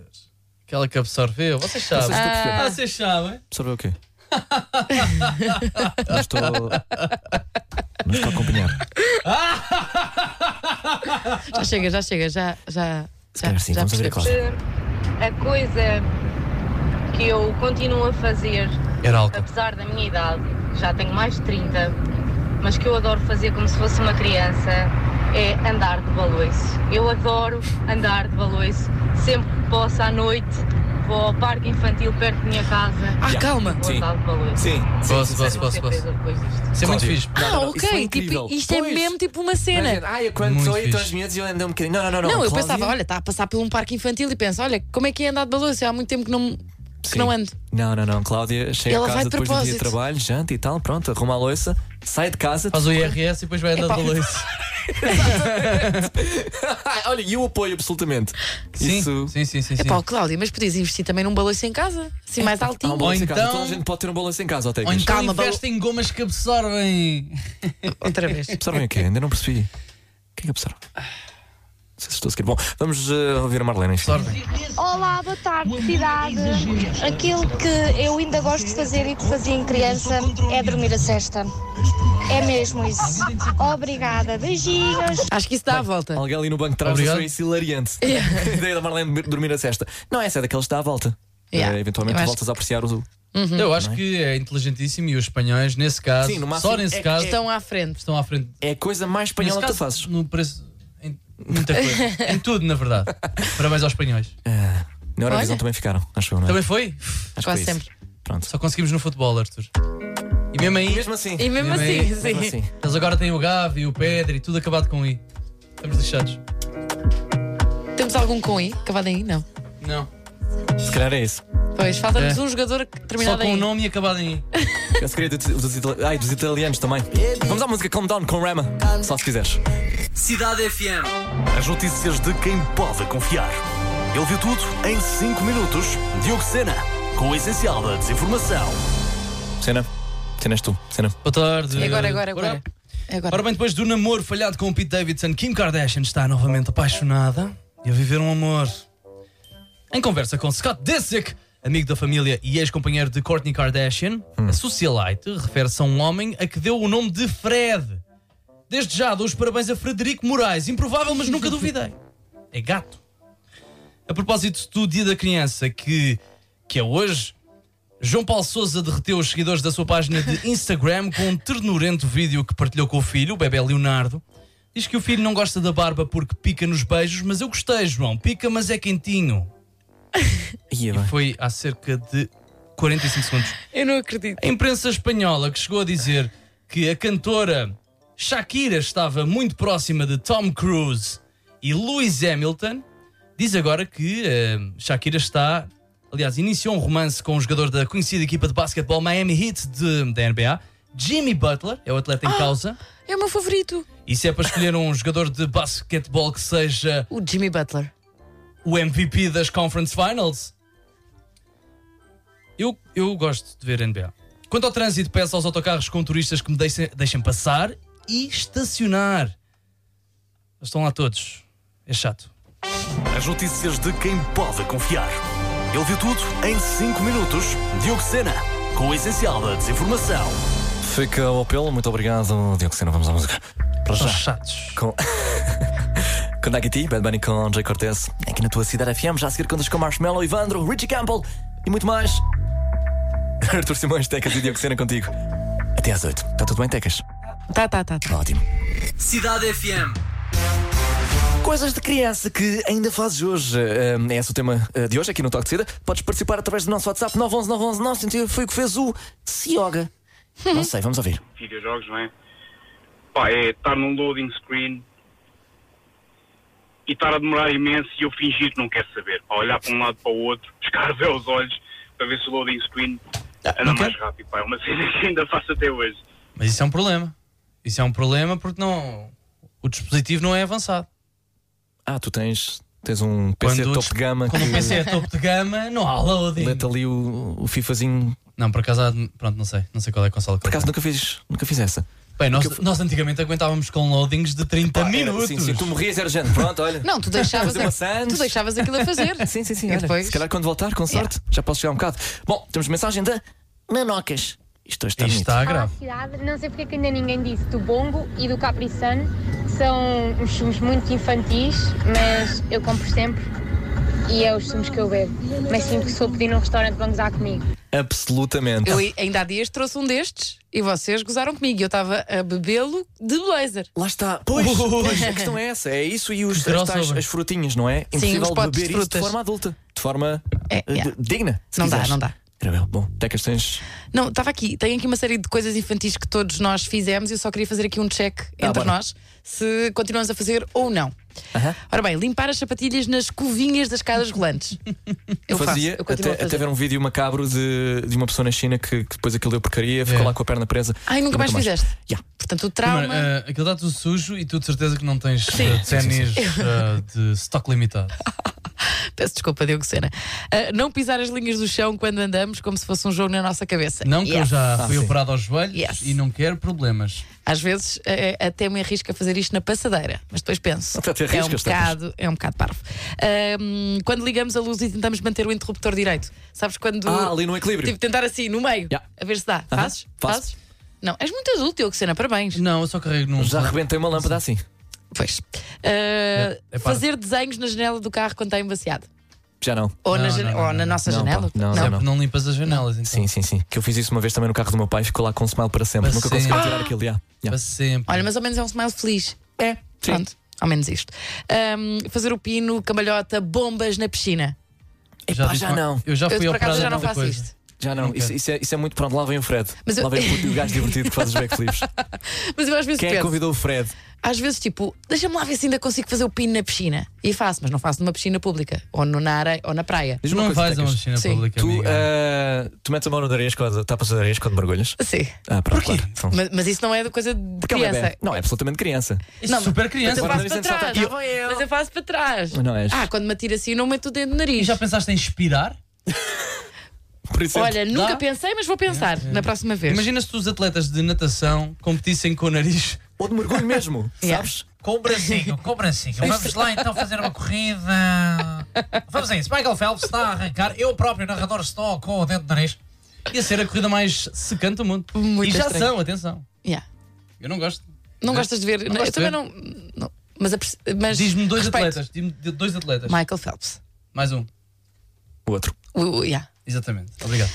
Speaker 5: Aquela que absorveu, vocês sabem. Ah, vocês sabem.
Speaker 4: Sabe
Speaker 3: *laughs*
Speaker 4: o quê? não estou. Não estou a acompanhar.
Speaker 3: Já chega, já chega, já. já,
Speaker 4: Se
Speaker 3: já,
Speaker 4: calhar sim,
Speaker 3: já
Speaker 4: vamos é. ouvir a
Speaker 3: percebes.
Speaker 4: Cláudia.
Speaker 6: A coisa que eu continuo a fazer,
Speaker 5: Era álcool.
Speaker 6: apesar da minha idade, já tenho mais de 30, mas que eu adoro fazer como se fosse uma criança, é andar de baloiço. Eu adoro andar de baloiço. Sempre que posso, à noite, vou ao parque infantil perto da minha casa.
Speaker 3: Ah,
Speaker 4: Já.
Speaker 3: calma.
Speaker 6: Vou
Speaker 4: Sim.
Speaker 6: andar de baloiço.
Speaker 4: Sim,
Speaker 5: Posso, posso,
Speaker 6: Vocês vão
Speaker 5: posso,
Speaker 6: ser
Speaker 5: posso.
Speaker 6: presa depois disto.
Speaker 5: Isso é muito
Speaker 4: Cláudio.
Speaker 5: fixe.
Speaker 3: Ah,
Speaker 4: não, isso foi
Speaker 3: ok.
Speaker 4: incrível.
Speaker 3: Tipo, isto é
Speaker 4: Pois.
Speaker 3: mesmo tipo uma cena.
Speaker 4: Imagina, ai, eu quando
Speaker 5: Muito
Speaker 4: sou 8
Speaker 5: fixe.
Speaker 4: aos meses eu andei um bocadinho. Não, não, não.
Speaker 3: Não, eu
Speaker 4: Cláudia-
Speaker 3: pensava, olha, está a passar por um parque infantil e penso, olha, como é que é andar de balanço? Há muito tempo que não, que
Speaker 4: Sim.
Speaker 3: não ando.
Speaker 4: Não, não, não. Cláudia chega
Speaker 3: Ela
Speaker 4: a
Speaker 3: vai
Speaker 4: casa
Speaker 3: de
Speaker 4: depois do dia de
Speaker 3: propósito.
Speaker 4: trabalho, janta e tal, pronto, arruma a louça, sai de casa.
Speaker 3: É
Speaker 5: Faz o IRS e depois vai andar
Speaker 3: Epá.
Speaker 5: de balanço.
Speaker 4: *laughs* Olha, e eu apoio absolutamente.
Speaker 5: Sim,
Speaker 4: Isso.
Speaker 5: sim, sim, sim.
Speaker 3: É
Speaker 5: sim.
Speaker 3: pá, Cláudia, mas podias investir também num balanço em casa, assim mais
Speaker 4: Há um
Speaker 3: altinho.
Speaker 4: balanço em casa.
Speaker 5: então-
Speaker 4: Toda a gente pode ter um balanço em casa, até
Speaker 5: Ou então
Speaker 3: Calma,
Speaker 5: investe em gomas que absorvem.
Speaker 3: Outra
Speaker 4: *laughs*
Speaker 3: vez.
Speaker 4: Absorvem o quê? Ainda não percebi. O que é que absorve? Não sei se estou a seguir. Bom, vamos eh, ouvir a Marlene. enfim.
Speaker 5: Absorvem.
Speaker 8: Olá, boa tarde, cidade. Aquilo que eu ainda gosto de fazer e que fazia em criança é dormir a cesta. É mesmo isso. Obrigada, beijinhos.
Speaker 3: Acho que isso dá a volta.
Speaker 4: Alguém ali no banco de trás
Speaker 5: Obrigado.
Speaker 4: achou isso
Speaker 3: *laughs*
Speaker 4: hilariante. a ideia da Marlene de dormir a cesta. Não, essa é daqueles que dá a volta.
Speaker 3: Yeah.
Speaker 4: Eh, eventualmente
Speaker 3: Eu acho
Speaker 4: voltas a apreciar o.
Speaker 3: Uhum.
Speaker 5: Eu acho que é inteligentíssimo e os espanhóis, nesse caso,
Speaker 4: Sim, no máximo
Speaker 5: só nesse
Speaker 4: é-
Speaker 5: caso,
Speaker 3: Estão à frente.
Speaker 5: estão à frente.
Speaker 4: É a coisa mais
Speaker 5: Nesse
Speaker 4: espanhola que tu
Speaker 5: caso,
Speaker 4: fazes.
Speaker 5: No preço. Em, muita
Speaker 3: *laughs*
Speaker 5: coisa. em tudo, na verdade. Parabéns aos espanhóis.
Speaker 4: É. Na Eurovisão
Speaker 3: Olha.
Speaker 4: também ficaram, acho eu, não é?
Speaker 5: Também foi?
Speaker 4: Acho
Speaker 3: Quase
Speaker 4: que foi isso.
Speaker 3: sempre.
Speaker 4: Pronto.
Speaker 5: Só conseguimos no futebol, Arthur. E mesmo aí,
Speaker 4: Mesmo assim.
Speaker 3: E mesmo
Speaker 5: Também-
Speaker 3: assim,
Speaker 4: mesmo
Speaker 3: sim.
Speaker 4: assim.
Speaker 5: eles agora têm o Gavi, o Pedro e tudo acabado com I. Estamos lixados.
Speaker 3: Temos algum com I? Acabado em I? Não.
Speaker 5: Não.
Speaker 4: Se calhar é isso.
Speaker 3: Pois, falta-nos
Speaker 5: É.
Speaker 3: um jogador que
Speaker 5: Só
Speaker 3: terminado
Speaker 5: com o
Speaker 3: em I.
Speaker 5: nome e acabado em I.
Speaker 4: Eu se queria do- dos, itali- ai, dos italianos também. Vamos à música Calm Down com Rama, só se quiseres.
Speaker 1: Cidade FM. As notícias de quem pode confiar. Ele viu tudo em 5 minutos. Diogo Sena, com o essencial da desinformação.
Speaker 4: Cena, Cena és tu, Cena.
Speaker 5: Boa tarde.
Speaker 3: Agora, agora, agora.
Speaker 5: Ora
Speaker 3: Agora.
Speaker 5: bem, depois do namoro falhado com o Pete Davidson, Kim Kardashian está novamente apaixonada e a viver um amor. Em conversa com Scott Disick, amigo da família e ex-companheiro de Kourtney Kardashian, a socialite refere-se a um homem a que deu o nome de Fred. Desde já dou os parabéns a Frederico Moraes, improvável, mas nunca duvidei. É gato. A propósito do Dia da Criança, que, que é hoje, João Paulo Souza derreteu os seguidores da sua página de Instagram com um ternurento vídeo que partilhou com o filho, o bebê Leonardo. Diz que o filho não gosta da barba porque pica nos beijos, mas eu gostei, João. Pica, mas é quentinho.
Speaker 4: Ia
Speaker 5: E
Speaker 4: é bem.
Speaker 5: foi há cerca de 45 segundos.
Speaker 3: Eu não acredito.
Speaker 5: A imprensa espanhola que chegou a dizer que a cantora Shakira estava muito próxima de Tom Cruise e Lewis Hamilton diz agora que eh, Shakira está, aliás, iniciou um romance com o jogador da conhecida equipa de basquetebol Miami Heat de- da NBA, Jimmy Butler, é o atleta em causa.
Speaker 3: É o meu favorito.
Speaker 5: Isso é para escolher um jogador de basquetebol que seja
Speaker 3: O Jimmy Butler.
Speaker 5: o MVP das Conference Finals. Eu, eu gosto de ver NBA. Quanto ao trânsito, peço aos autocarros com turistas que me deixem, deixem passar e estacionar. Eles estão lá todos. É chato.
Speaker 1: As notícias de quem pode confiar. Ele viu tudo em 5 minutos. Diogo Sena, com o essencial da desinformação.
Speaker 4: Fica o apelo, muito obrigado, Diogo Sena. Vamos à música. Para
Speaker 5: São
Speaker 4: já.
Speaker 5: chatos.
Speaker 4: Com. Com Nagiti, Bad Bunny com Jay Cortez, aqui na tua cidade FM, já a seguir contas com Marshmallow, Ivandro, Richie Campbell e muito mais. *laughs* Arthur Simões, Tecas e Diogo Sena contigo. Até às 8. Está tudo bem, Tecas?
Speaker 3: Tá, tá, tá. tá.
Speaker 4: Ótimo.
Speaker 1: Cidade FM.
Speaker 4: Coisas de criança que ainda fazes hoje. Eh, É esse o tema eh, de hoje aqui no Toque de Cida. Podes participar através do nosso WhatsApp 911 911 911. Foi o que fez o *laughs* Cioga. Não sei, vamos ouvir.
Speaker 12: videojogos, não é? Pá, é estar num loading screen e estar a demorar imenso e eu fingir que não quero saber. Pá, olhar para um lado para o outro, *laughs* escarver os olhos para ver se o loading screen anda
Speaker 5: não
Speaker 12: mais rápido. Pá, é uma cena que ainda faço até hoje.
Speaker 5: Mas isso é um problema. Isso é um problema porque não. O dispositivo não é avançado.
Speaker 4: Ah, tu tens, tens um PC
Speaker 5: Quando-
Speaker 4: top de gama
Speaker 5: Quando o
Speaker 4: que
Speaker 5: PC é topo de gama, não há loading.
Speaker 4: leta ali o, o FIFAzinho.
Speaker 5: Não, por acaso, há- pronto, não sei. Não sei qual é a consola que
Speaker 4: Por
Speaker 5: eu
Speaker 4: acaso nunca fiz, nunca fiz essa.
Speaker 5: tenho. Bem, nós, nós antigamente aguentávamos com loadings de 30
Speaker 4: Pá, era-
Speaker 5: minutos.
Speaker 4: Sim, sim, tu morrias, era gente. Pronto, olha.
Speaker 3: Não, tu deixavas,
Speaker 4: Fazer maçãs.
Speaker 3: tu deixavas aquilo a fazer.
Speaker 4: Sim, sim, sim.
Speaker 3: E
Speaker 4: olha,
Speaker 3: depois?
Speaker 4: Se calhar quando voltar, com sorte, já posso chegar um bocado. Bom, temos mensagem da Nanocas. Isto hoje está,
Speaker 5: Isto
Speaker 4: bonito.
Speaker 5: está
Speaker 8: Olá,
Speaker 5: grave.
Speaker 8: cidade. Não sei porque é que ainda ninguém disse do Bongo e do Capri Sun, que são uns sumos muito infantis, mas eu compro sempre e é os sumos que eu bebo. Mas sempre que sou pedir num restaurante vão gozar comigo.
Speaker 4: Absolutamente.
Speaker 3: Eu ainda há dias trouxe um destes e vocês gozaram comigo. Eu estava a bebê-lo de blazer.
Speaker 4: Lá está. Pois, pois, a questão é essa. É isso e os, as,
Speaker 5: Crossover.
Speaker 4: tais, as frutinhas, não é?
Speaker 3: Sim, os
Speaker 4: Impossível
Speaker 3: potes de
Speaker 4: beber isso de
Speaker 3: frutas.
Speaker 4: forma adulta. De forma
Speaker 3: É,
Speaker 4: eh,
Speaker 3: yeah.
Speaker 4: de- digna. se
Speaker 3: Não dá,
Speaker 4: quiseres.
Speaker 3: não dá.
Speaker 4: Mirabel, bom, tecas tens.
Speaker 3: Não, estava aqui. Tem aqui uma série de coisas infantis que todos nós fizemos e eu só queria fazer aqui um check
Speaker 4: Ah,
Speaker 3: entre
Speaker 4: bora.
Speaker 3: nós se continuamos a fazer ou não.
Speaker 4: Aham.
Speaker 3: Ora bem, limpar as sapatilhas nas covinhas das escadas
Speaker 4: *laughs*
Speaker 3: rolantes. Eu
Speaker 4: fazia
Speaker 3: faço, eu
Speaker 4: até,
Speaker 3: continuo a fazer.
Speaker 4: até ver um vídeo macabro de, de uma pessoa na China que, que depois aquilo deu porcaria, ficou lá com a perna presa.
Speaker 3: Ai, nunca mais fizeste.
Speaker 4: Já.
Speaker 3: Portanto, o trauma.
Speaker 5: Primeiro, eh, aquilo está tudo sujo e tu de certeza que não tens
Speaker 3: Sim.
Speaker 5: eh, ténis
Speaker 3: *laughs* Sim, sim, sim.
Speaker 5: eh, de stock limitado.
Speaker 3: Peço desculpa, Diogo Sena. Ah, não pisar as linhas do chão quando andamos, como se fosse um jogo na nossa cabeça.
Speaker 5: Não que eu
Speaker 3: Yes.
Speaker 5: já fui operado aos joelhos
Speaker 3: Yes.
Speaker 5: e não quero problemas.
Speaker 3: Às vezes eh, até me arrisco a fazer isto na passadeira, mas depois penso.
Speaker 5: Até te
Speaker 3: é, um
Speaker 5: arriscas, Tecas.
Speaker 3: bocado, é um bocado parvo. Ahm, quando ligamos a luz e tentamos manter o interruptor direito, sabes quando.
Speaker 4: Ah, ali no equilíbrio.
Speaker 3: Tipo, tentar assim, no meio, a ver se dá.
Speaker 4: Aham,
Speaker 3: Fazes?
Speaker 4: faço.
Speaker 3: Fazes? Não, és muito adulto, Diogo Sena, parabéns.
Speaker 5: Não, eu só carrego num.
Speaker 4: Já arrebentei uma lâmpada assim.
Speaker 3: Pois. Ah,
Speaker 4: é parvo.
Speaker 3: fazer desenhos na janela do carro quando está embaciado.
Speaker 4: Já não.
Speaker 3: Ou na jane- ou na nossa
Speaker 4: Não, pá,
Speaker 3: janela,
Speaker 4: Não,
Speaker 3: não.
Speaker 4: não, não.
Speaker 5: Não limpas as janelas, então.
Speaker 4: Sim, sim, sim. Que eu fiz isso uma vez também no carro do meu pai, ficou lá com um smile para sempre.
Speaker 5: Para
Speaker 4: Nunca consegui
Speaker 5: sempre.
Speaker 3: Ah!
Speaker 4: tirar aquilo. já. Já.
Speaker 5: Para sempre.
Speaker 3: Olha, mas ao menos é um smile feliz. É. Pronto, ao menos isto. Ahm, fazer o pino, cambalhota, bombas na piscina.
Speaker 5: Já
Speaker 4: Pá,
Speaker 5: disse
Speaker 4: já
Speaker 5: uma-
Speaker 4: não.
Speaker 5: Eu já fui
Speaker 3: por acaso
Speaker 5: operado
Speaker 3: já
Speaker 5: em
Speaker 3: não
Speaker 5: muita
Speaker 3: faço
Speaker 5: coisa.
Speaker 3: isto.
Speaker 4: Já não.
Speaker 5: Nunca.
Speaker 4: Isso, isso é, isso é muito. Pronto, lá vem o Fred.
Speaker 3: Mas eu-
Speaker 4: Lá vem o puto- o gajo divertido que faz
Speaker 3: *laughs*
Speaker 4: os backflips.
Speaker 3: Mas eu às vezes
Speaker 4: Quem é que
Speaker 3: penso,
Speaker 4: convidou o Fred?
Speaker 3: às vezes tipo, deixa-me lá ver se ainda consigo fazer o pino na piscina. E faço, mas não faço numa piscina pública, ou no- na areia, ou na praia.
Speaker 4: Diz-me uma coisa, Tecas.
Speaker 3: Sim.
Speaker 4: Tu, eh, tu metes a mão no nariz quando tapas o nariz quando mergulhas?
Speaker 3: Sim.
Speaker 4: Ah, pronto, claro. Então,
Speaker 3: Mas, mas isso não é de coisa de
Speaker 4: Porque é um
Speaker 3: criança.
Speaker 4: bebé. Não, é absolutamente criança.
Speaker 3: Não,
Speaker 5: super criança.
Speaker 3: Mas eu faço
Speaker 5: Agora
Speaker 3: para
Speaker 5: dizem
Speaker 3: trás.
Speaker 5: salta-
Speaker 3: Mas eu faço para trás.
Speaker 5: Não és.
Speaker 3: Ah, quando me atiro assim, não meto o dedo no nariz.
Speaker 5: Já pensaste em expirar?
Speaker 4: é
Speaker 3: Olha, nunca pensei, mas vou pensar na próxima vez.
Speaker 5: É, Imagina se os atletas de natação competissem com o nariz.
Speaker 4: Ou de mergulho mesmo,
Speaker 3: *laughs* Yeah.
Speaker 4: sabes?
Speaker 5: Com o bracinho, com o bracinho. Vamos lá então fazer uma corrida. Vamos a isso. Michael Phelps está a arrancar. Eu próprio, narrador, estou com o dedo do nariz. Ia ser a corrida mais secante do mundo.
Speaker 3: Muito
Speaker 5: e já
Speaker 3: estranho.
Speaker 5: são, atenção.
Speaker 3: Yeah.
Speaker 5: Eu não gosto.
Speaker 3: Não gostas de ver.
Speaker 5: É. Não
Speaker 3: eu
Speaker 5: gosto de
Speaker 3: também
Speaker 5: ver.
Speaker 3: não. não- mas, apre- mas
Speaker 5: Diz-me dois
Speaker 3: respeito.
Speaker 5: atletas. Diz-me dois atletas.
Speaker 3: Michael Phelps.
Speaker 5: Mais um.
Speaker 4: O outro.
Speaker 3: O- o- yeah.
Speaker 5: Exatamente. Obrigado.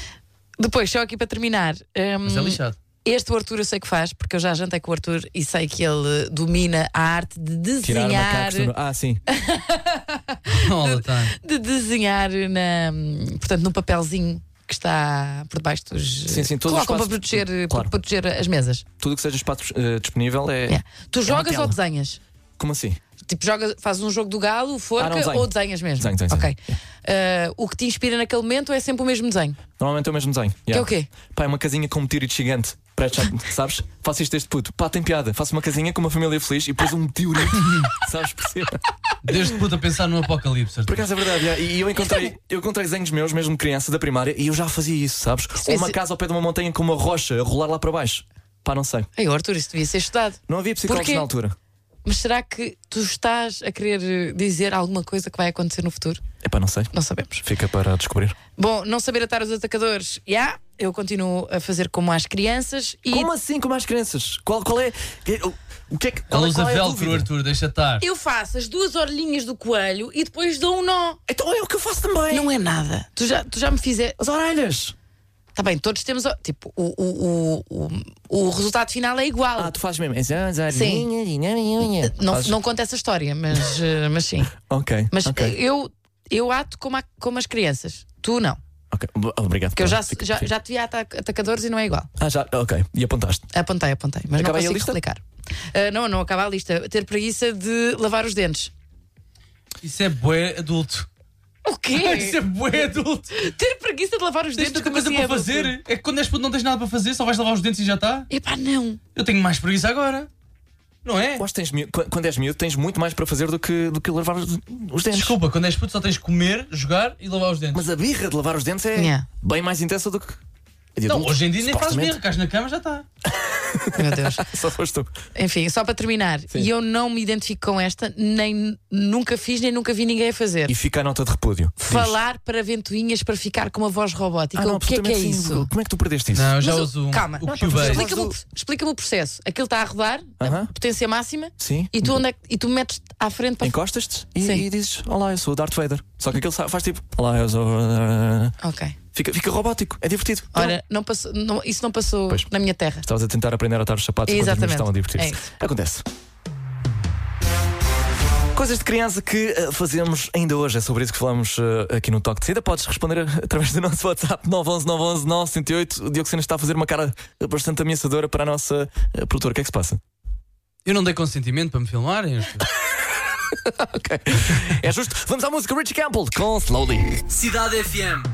Speaker 3: Depois, só aqui para terminar. hum,
Speaker 5: Mas é lixado.
Speaker 3: Este o Arthur eu sei que faz, porque eu já jantei com o Arthur e sei que ele domina a arte de
Speaker 4: Tirar
Speaker 3: desenhar.
Speaker 4: macacos do.
Speaker 3: *laughs*
Speaker 4: Ah, sim.
Speaker 5: All the time.
Speaker 3: De desenhar na, portanto, num papelzinho que está por debaixo dos.
Speaker 4: Sim, sim, todo o
Speaker 3: colocam para
Speaker 4: espaço-
Speaker 3: proteger,
Speaker 4: claro.
Speaker 3: para proteger as mesas.
Speaker 4: Tudo que seja espaço eh, disponível é.
Speaker 3: Yeah. Tu
Speaker 4: é uma
Speaker 3: jogas
Speaker 4: tela.
Speaker 3: ou desenhas?
Speaker 4: Como assim?
Speaker 3: Tipo, jogas, fazes um jogo do galo,
Speaker 4: Ah,
Speaker 3: forca
Speaker 4: não, desenho.
Speaker 3: ou desenhas mesmo?
Speaker 4: Desenho, desenho,
Speaker 3: Ok. Ah, o que te inspira naquele momento é sempre o mesmo desenho.
Speaker 4: Normalmente é o mesmo desenho.
Speaker 3: Que é o quê?
Speaker 4: Pá, é uma casinha com um meteorito gigante.
Speaker 3: *laughs*
Speaker 4: Prestes a- sabes? Faço isto deste puto. Pá, tem piada. Faço uma casinha com uma família feliz e depois um
Speaker 3: *laughs*
Speaker 4: meteorito. sabes? Por cima.
Speaker 5: Desde puto a pensar no apocalipse.
Speaker 4: Por acaso é verdade, yeah. e eu encontrei, eu encontrei desenhos meus, mesmo de criança, da primária, e eu já fazia isso, sabes?
Speaker 3: Isso-
Speaker 4: uma
Speaker 3: isso-
Speaker 4: casa ao pé de uma montanha com uma rocha a rolar lá para baixo. Pá, não sei.
Speaker 3: Ei, Arthur, isso devia ser estudado.
Speaker 4: Não havia psicólogos
Speaker 3: Porquê?
Speaker 4: na altura.
Speaker 3: Mas será que tu estás a querer eh, dizer alguma coisa que vai acontecer no futuro?
Speaker 4: É pá, não sei.
Speaker 3: Não sabemos.
Speaker 4: Fica para descobrir.
Speaker 3: Bom, não saber atar os atacadores, já. eu continuo a fazer como às crianças e.
Speaker 4: Como assim como às crianças? Qual, qual é. O que é que. Qual
Speaker 5: Ela
Speaker 4: é,
Speaker 5: usa
Speaker 4: qual é a
Speaker 5: velcro,
Speaker 4: dúvida?
Speaker 5: Arthur, deixa estar.
Speaker 3: Eu faço as duas orelhinhas do coelho e depois dou um nó.
Speaker 4: Então é o que eu faço também.
Speaker 3: Não é nada. Tu já, tu já me fizeste.
Speaker 4: As orelhas.
Speaker 3: Está bem, todos temos. o- Tipo, o, o, o, o, o resultado final é igual.
Speaker 4: Ah, tu fazes mesmo. Sim.
Speaker 3: Sim. Não, não conta essa história, mas, *laughs* eh, mas sim.
Speaker 4: Ok.
Speaker 3: Mas
Speaker 4: ok.
Speaker 3: eh, eu, eu ato como, a- como as crianças. Tu não.
Speaker 4: Ok, ob- Obrigado.
Speaker 3: Porque eu já,
Speaker 4: Pronto, fica-
Speaker 3: já,
Speaker 4: fica.
Speaker 3: já te vi a ata- atacadores e não é igual.
Speaker 4: Ah, já, ok. E apontaste.
Speaker 3: Apontei, apontei, mas
Speaker 4: Acaba aí a
Speaker 3: não consigo
Speaker 4: lista?
Speaker 3: explicar. Ah, não, não acaba a lista. Ter preguiça de lavar os dentes.
Speaker 5: Isso é bué adulto.
Speaker 3: O
Speaker 5: *laughs* Isso é
Speaker 3: quê?
Speaker 5: bué adulto.
Speaker 3: Ter preguiça de lavar os
Speaker 5: Tens
Speaker 3: dentes?
Speaker 5: tanta
Speaker 3: como
Speaker 5: coisa
Speaker 3: assim
Speaker 5: para
Speaker 3: é adulto?
Speaker 5: fazer. É que quando és puto não tens nada para fazer, só vais lavar os dentes e já está.
Speaker 3: Epá, não.
Speaker 5: Eu tenho mais por isso agora. Não é?
Speaker 4: Eu acho que tens miú- qu- quando és miúdo, tens muito mais para fazer do que, do que lavar os os dentes.
Speaker 5: Desculpa, quando és puto só tens de comer, jogar e lavar os dentes.
Speaker 4: Mas a birra de lavar os dentes é
Speaker 3: Yeah.
Speaker 4: bem mais intensa do que. é de
Speaker 5: não,
Speaker 4: adulto,
Speaker 5: hoje em dia nem fazes
Speaker 4: supostamente.
Speaker 5: birra, cais na cama já tá. está.
Speaker 3: Meu
Speaker 5: *laughs*
Speaker 3: Deus.
Speaker 4: Só foste tu.
Speaker 3: Enfim, só para terminar, e eu não me identifico com esta, nem n- nunca fiz, nem nunca vi ninguém a fazer.
Speaker 4: E fica a nota de repúdio. Diz.
Speaker 3: Falar para ventoinhas para ficar com uma voz robótica.
Speaker 4: Ah, não,
Speaker 3: o que é que é
Speaker 4: absolutamente sim.
Speaker 3: isso?
Speaker 4: Como é que tu perdeste isso?
Speaker 5: Não, eu já
Speaker 3: Mas o-
Speaker 5: uso um-
Speaker 3: calma,
Speaker 5: o Ah. Cubase.
Speaker 3: explica-me o, explica-me o processo. Aquilo está a rodar,
Speaker 4: Aham.
Speaker 3: potência máxima,
Speaker 4: Sim.
Speaker 3: e tu, onde é que- e tu metes à frente para.
Speaker 4: Encostas-te e,
Speaker 3: Sim.
Speaker 4: e dizes: Olá, eu sou o Darth Vader. Só que aquele sa- faz tipo: Olá, eu sou.
Speaker 3: Ok.
Speaker 4: Fica, fica robótico, é divertido.
Speaker 3: Ora, não passou, não- isso não passou
Speaker 4: Pois.
Speaker 3: na minha terra.
Speaker 4: Estavas a é tentar aprender a atar os sapatos enquanto os meus
Speaker 3: Exatamente.
Speaker 4: estavam a
Speaker 3: É
Speaker 4: divertir-se.
Speaker 3: isso.
Speaker 4: Acontece. Coisas de criança que eh, fazemos ainda hoje, é sobre isso que falamos eh, aqui no Toque de Saída. Podes responder a- através do nosso WhatsApp 911 911 908. O Dioxina está a fazer uma cara eh, bastante ameaçadora para a nossa eh, produtora. O que é que se passa? *laughs*
Speaker 5: Eu não dei consentimento para me filmarem.
Speaker 4: É justo. Vamos à música Richie Campbell com Slowly.
Speaker 1: Cidade FM.